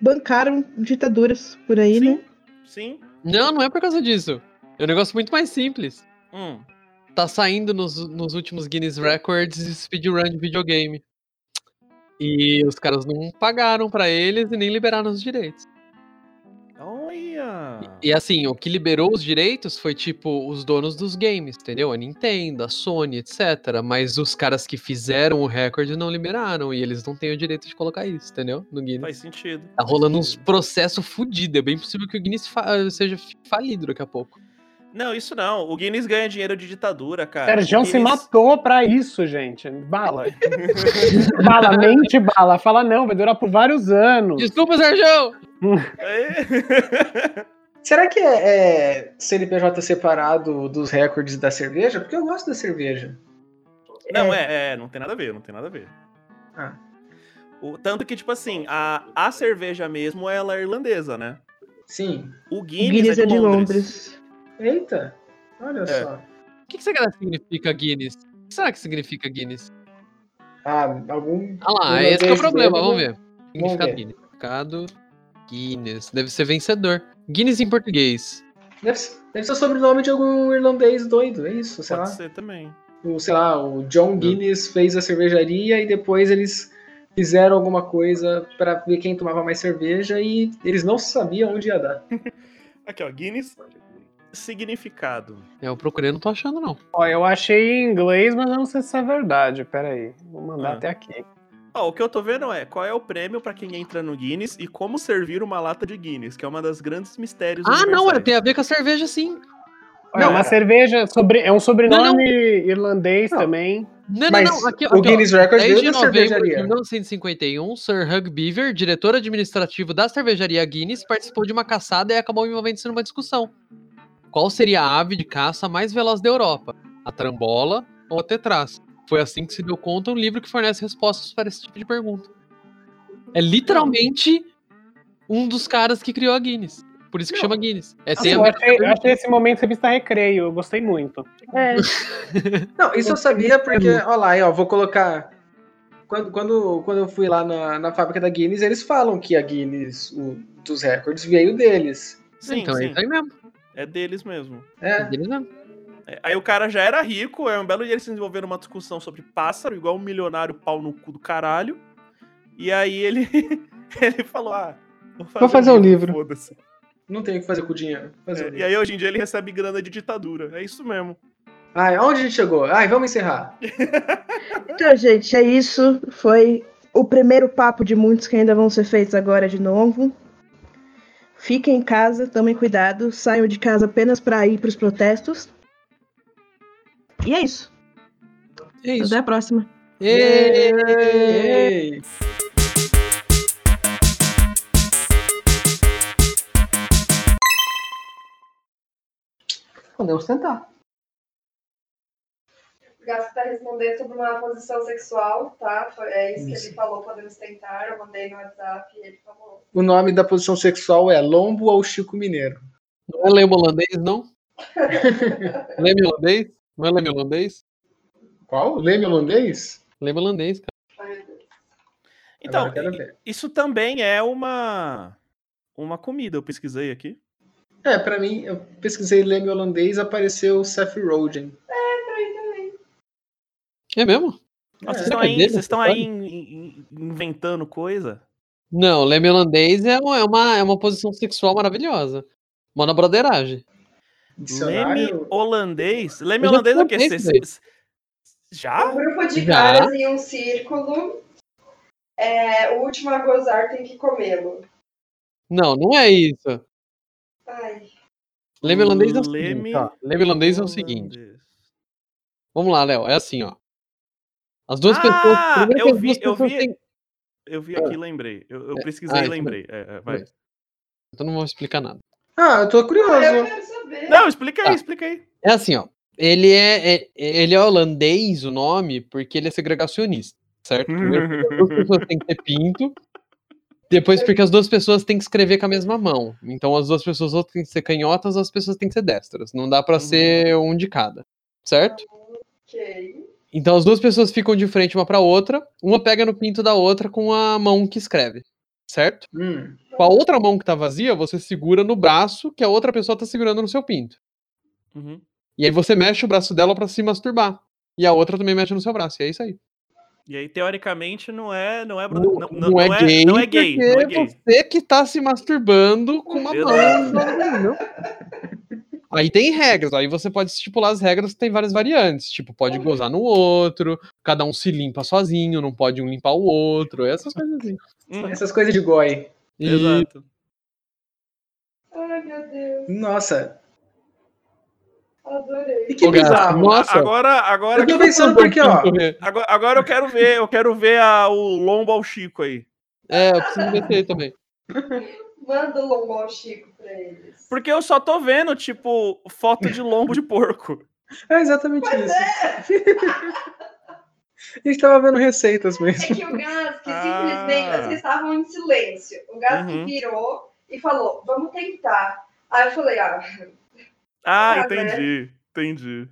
A: bancaram ditaduras por aí,
B: sim,
A: né?
B: sim.
D: Não, não é por causa disso. É um negócio muito mais simples.
B: Hum.
D: Tá saindo nos, nos últimos Guinness Records speedrun de videogame. E os caras não pagaram pra eles e nem liberaram os direitos.
B: Olha!
D: E assim, o que liberou os direitos foi tipo os donos dos games, entendeu? A Nintendo, a Sony, etc. Mas os caras que fizeram o recorde não liberaram e eles não têm o direito de colocar isso, entendeu? No Guinness.
B: Faz sentido.
D: Tá rolando uns processos fudidos. É bem possível que o Guinness fa- seja falido daqui a pouco.
B: Não, isso não. O Guinness ganha dinheiro de ditadura, cara.
E: Sergião
B: O
E: se
B: Guinness-
E: matou pra isso, gente. Bala. (laughs) bala, mente bala. Fala, não, vai durar por vários anos.
D: Desculpa, Sérgio!
B: É.
C: Será que é, é CNPJ separado dos recordes da cerveja? Porque eu gosto da cerveja.
B: Não, é, é, não tem nada a ver, não tem nada a ver.
C: Ah.
B: O, tanto que, tipo assim, a, a cerveja mesmo, ela é irlandesa, né?
C: Sim.
B: O
A: O
B: Guinness,
A: Guinness é de
B: Londres.
A: Londres.
C: Eita. Olha
B: É.
C: só.
D: O que, que será que significa Guinness? O que será que significa Guinness?
C: Ah, algum.
D: Ah lá,
C: Irlandês
D: esse que é o problema,
C: bêbado.
D: vamos ver. Significado Guinness.
C: ver.
D: Significado Guinness. Deve ser vencedor. Guinness em português.
C: Deve ser, deve ser o sobrenome de algum irlandês doido, é isso? Sei
B: Pode
C: lá.
B: ser Hum. também.
C: O, sei lá, o John Guinness fez a cervejaria e depois eles fizeram alguma coisa pra ver quem tomava mais cerveja e eles não sabiam onde ia dar.
B: Aqui, ó, Guinness significado.
D: É, Eu procurei, não tô achando, não.
E: Ó, eu achei em inglês, mas eu não sei se é verdade. Peraí, vou mandar
B: Ah.
E: até aqui.
B: Ó, o que eu tô vendo é qual é o prêmio pra quem entra no Guinness e como servir uma lata de Guinness, que é uma das grandes mistérios
D: Ah, não, é,
B: universais.
D: tem a ver com a cerveja, sim.
E: Ó, é
B: Não,
E: uma
B: é.
E: cerveja, sobre, é um sobrenome
D: Não, não.
E: irlandês
C: Não.
E: também.
D: Não,
C: Mas
D: não, não. Aqui,
C: o
D: aqui, ó.
C: Guinness Record
D: 10
C: veio
D: de
C: da
D: novembro de
C: cervejaria.
D: 1951, Sir Hug Beaver, diretor administrativo da cervejaria Guinness, participou de uma caçada e acabou envolvendo-se numa discussão. Qual seria a ave de caça mais veloz da Europa? a trambola ou a tetraz. Foi assim que se deu conta um livro que fornece respostas para esse tipo de pergunta. É literalmente um dos caras que criou a Guinness. Por isso que
B: Não.
D: chama Guinness. É
E: Assim,
D: sem a
E: eu, achei, eu achei esse momento revista recreio, eu gostei muito.
A: É,
C: Não, isso eu sabia porque, ó lá, aí, ó, vou colocar. Quando, quando, quando eu fui lá na, na fábrica da Guinness, eles falam que a Guinness o- dos recordes veio deles.
B: Sim,
D: então é
B: sim.
D: isso aí mesmo.
B: É deles mesmo.
D: É
C: É,
D: deles mesmo.
B: É, Aí o cara já era rico, aí um belo dia eles se desenvolveram uma discussão sobre pássaro, igual um milionário pau no cu do caralho. E aí ele, (laughs) ele falou: ah, vou fazer,
E: fazer um livro.
B: foda-se.
C: não tem o que fazer com o dinheiro. Fazer um o
B: É,
C: quê?
B: e aí hoje em dia ele recebe grana de ditadura. É isso mesmo.
C: Ai, onde a gente chegou? Ai, vamos encerrar.
A: Então, gente, é isso. Foi o primeiro papo de muitos que ainda vão ser feitos agora de novo. Fiquem em casa, tomem cuidado, saiam de casa apenas para ir para os protestos. E é isso.
D: É isso.
A: Até a próxima.
D: Êêêê!
C: Ei. Podemos tentar.
F: O Gato está tá respondendo sobre uma posição sexual, tá? Foi- É isso, que
C: Isso.
F: ele falou, podemos tentar. Eu mandei no WhatsApp e ele falou.
C: O nome da posição sexual é Lombo ao Chico Mineiro.
D: Não é lema holandês,
F: (laughs)
D: não? lema holandês? Não é lema holandês?
C: Qual? Leme holandês?
D: Lema holandês, cara.
F: Ai, meu Deus.
B: Então,
C: Agora eu quero ver.
B: isso também é uma, uma comida, eu pesquisei aqui.
C: É, pra mim, eu pesquisei Leme holandês, apareceu Seth Rogen.
F: Pra mim também.
D: É mesmo?
B: Nossa,
C: É.
B: vocês estão
D: Será que é
B: aí,
D: dele
B: vocês estão
D: essa
B: aí in- in- inventando coisa.
D: Não, lema holandês é uma, é uma, é uma posição sexual maravilhosa. Monobroderagem.
B: Leme
C: Dicionário.
B: holandês. Leme
D: Eu já
B: holandês é o quê?
D: contei
B: Cê-
D: isso daí.
B: cê- Já?
F: Um grupo de
D: Já.
F: caras em um círculo. É, o último a gozar tem que comê-lo.
D: Não, não é isso.
F: Ai,
D: Leme holandês é o
B: Leme
D: seguinte. ó. Leme holandês é o seguinte. Vamos lá, Léo. É assim, ó. As duas
B: Ah,
D: pessoas. primeiro que
B: eu
D: as
B: vi-
D: duas
B: eu
D: pessoas
B: vi-
D: têm-
B: Eu vi aqui, lembrei. Eu, eu pesquisei
D: ah,
B: e
D: isso
B: lembrei. É, é, vai.
D: Beleza. Então não vou explicar nada.
C: Ah, eu tô
F: eu
C: curioso.
F: quero saber.
B: Não, explica
D: Tá.
B: aí, explica aí.
D: É assim, ó. Ele é, é- ele é holandês, o nome, porque ele é segregacionista, certo? Primeiro,
B: Uhum.
D: as duas pessoas têm que ter pinto. Depois, porque as duas pessoas têm que escrever com a mesma mão. Então, as duas pessoas ou têm que ser canhotas, ou as pessoas têm que ser destras. Não dá pra
B: Uhum.
D: ser um de cada, certo?
F: Ok.
D: Então, as duas pessoas ficam de frente uma pra outra. Uma pega no pinto da outra com a mão que escreve, certo?
C: Hum,
D: Com a outra mão que tá vazia, você segura no braço que a outra pessoa tá segurando no seu pinto.
B: (laughs) Uhum.
D: E aí você mexe o braço dela pra se masturbar. E a outra também mexe no seu braço. E é isso aí.
B: E aí, teoricamente, não é. Não é,
D: Não,
B: não, não, não é,
D: gay,
B: não é gay.
D: porque
B: Não é gay.
D: você que tá se masturbando com uma
B: Meu
D: mão. entendeu? Aí tem regras, aí você pode estipular as regras que tem várias variantes. Tipo, pode gozar no outro, cada um se limpa sozinho, não pode um limpar o outro, essas coisas assim.
B: Uhum,
C: essas coisas de goi.
D: E-
B: Exato.
F: Ai, meu Deus.
C: Nossa.
F: Adorei.
C: E que
D: Ô, gato,
C: bizarro.
D: Nossa.
B: Agora, agora,
C: Eu tô pensando porque, ó.
B: agora, agora eu quero ver, eu quero ver a- o lombo ao Chico aí.
D: É, eu preciso descer também.
F: Manda o lombo ao Chico pra eles.
B: Porque eu só tô vendo, tipo, foto de lombo de porco.
C: É exatamente isso. (laughs) A gente tava vendo receitas mesmo.
F: É que o Gás, (laughs) que
B: Ah.
F: simplesmente, vocês estavam em silêncio. O Gás
B: Uhum.
F: que virou e falou, vamos tentar. Aí eu falei, ah,
B: Ah,
F: Ah, né?
B: entendi. Entendi.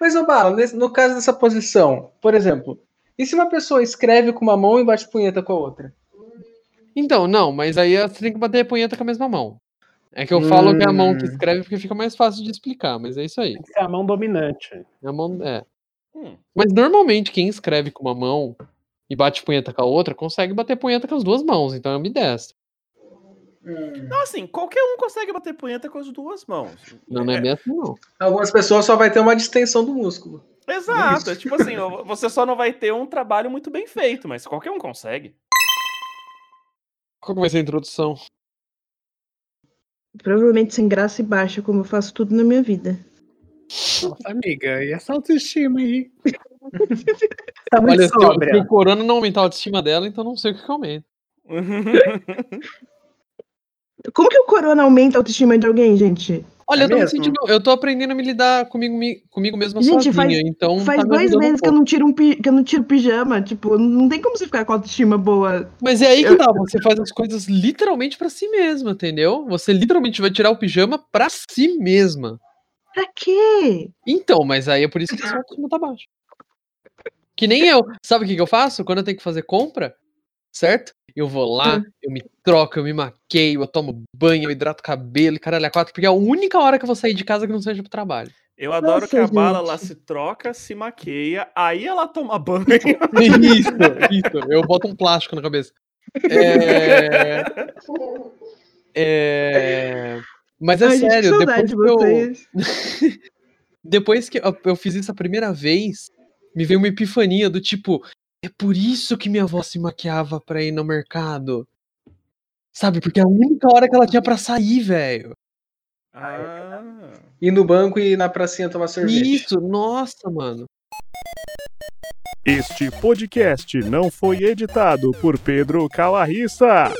C: Mas, ô Bala, nesse- no caso dessa posição, por exemplo, e se uma pessoa escreve com uma mão e bate punheta com a outra?
D: Então, não, mas aí você tem que bater a punheta com a mesma mão. É que eu falo que é a mão que
C: Hum.
D: escreve porque fica mais fácil de explicar, mas é isso aí.
E: Tem que ser a mão dominante.
D: É A mão, é.
B: Hum.
D: Mas normalmente quem escreve com uma mão e bate punheta com a outra consegue bater punheta com as duas mãos, então é ambidestro.
F: Hum.
B: Não, assim, qualquer um consegue bater punheta com as duas mãos.
D: Não, não é bem assim, não.
C: Algumas pessoas só vai ter uma distensão do músculo.
B: Exato,
C: Isso.
B: é tipo assim, ó, você só não vai ter um trabalho muito bem feito, mas qualquer um consegue.
D: Qual que vai ser a introdução?
A: Provavelmente sem graça e baixa, como eu faço tudo na minha vida.
E: Nossa, amiga, e essa autoestima aí? tá muito
D: Olha, se, o- se
E: sóbria.
D: o corona não aumentar a autoestima dela, então não sei o que, que aumenta.
A: Como que o corona aumenta a autoestima de alguém, gente?
D: Olha,
E: É
D: eu, tô me
E: mesmo?
D: sentindo, eu tô aprendendo a me lidar comigo, me- comigo mesmo
A: Gente,
D: sozinha,
A: faz-
D: então
A: Faz
D: tá me
A: dois
D: ajudando um
A: meses que eu,
D: pouco.
A: não tiro um pi- que eu não tiro pijama. Tipo, não tem como você ficar com autoestima boa.
D: Mas é aí que
A: eu-
D: tá, você faz as coisas literalmente pra si mesma, entendeu? Você literalmente vai tirar o pijama pra si mesma.
A: Pra quê?
D: Então, mas aí é por isso que sua autoestima tá baixo. Que nem eu. Sabe o que, que eu faço? Quando eu tenho que fazer compra, certo? Eu vou lá, eu me troco, eu me maqueio, eu tomo banho, eu hidrato o cabelo, e caralho, a quatro, porque é a única hora que eu vou sair de casa que não seja pro trabalho.
B: Eu adoro
A: Nossa,
B: que a bala lá
A: gente.
B: se troca, se maqueia, aí ela toma banho.
D: Isso, isso. Eu boto um plástico na cabeça. É, é, Mas é
A: Ai, gente, que
D: sério,
A: saudade
D: depois
A: de
D: que eu,
A: vocês.
D: depois que eu- eu fiz isso a primeira vez, me veio uma epifania do tipo, é por isso que minha avó se maquiava pra ir no mercado. Sabe, porque é a única hora que ela tinha pra sair, velho.
B: Ah,
C: Ir no banco e ir na pracinha tomar sorvete.
D: Isso, nossa, mano.
G: Este podcast não foi editado por Pedro Calarissa.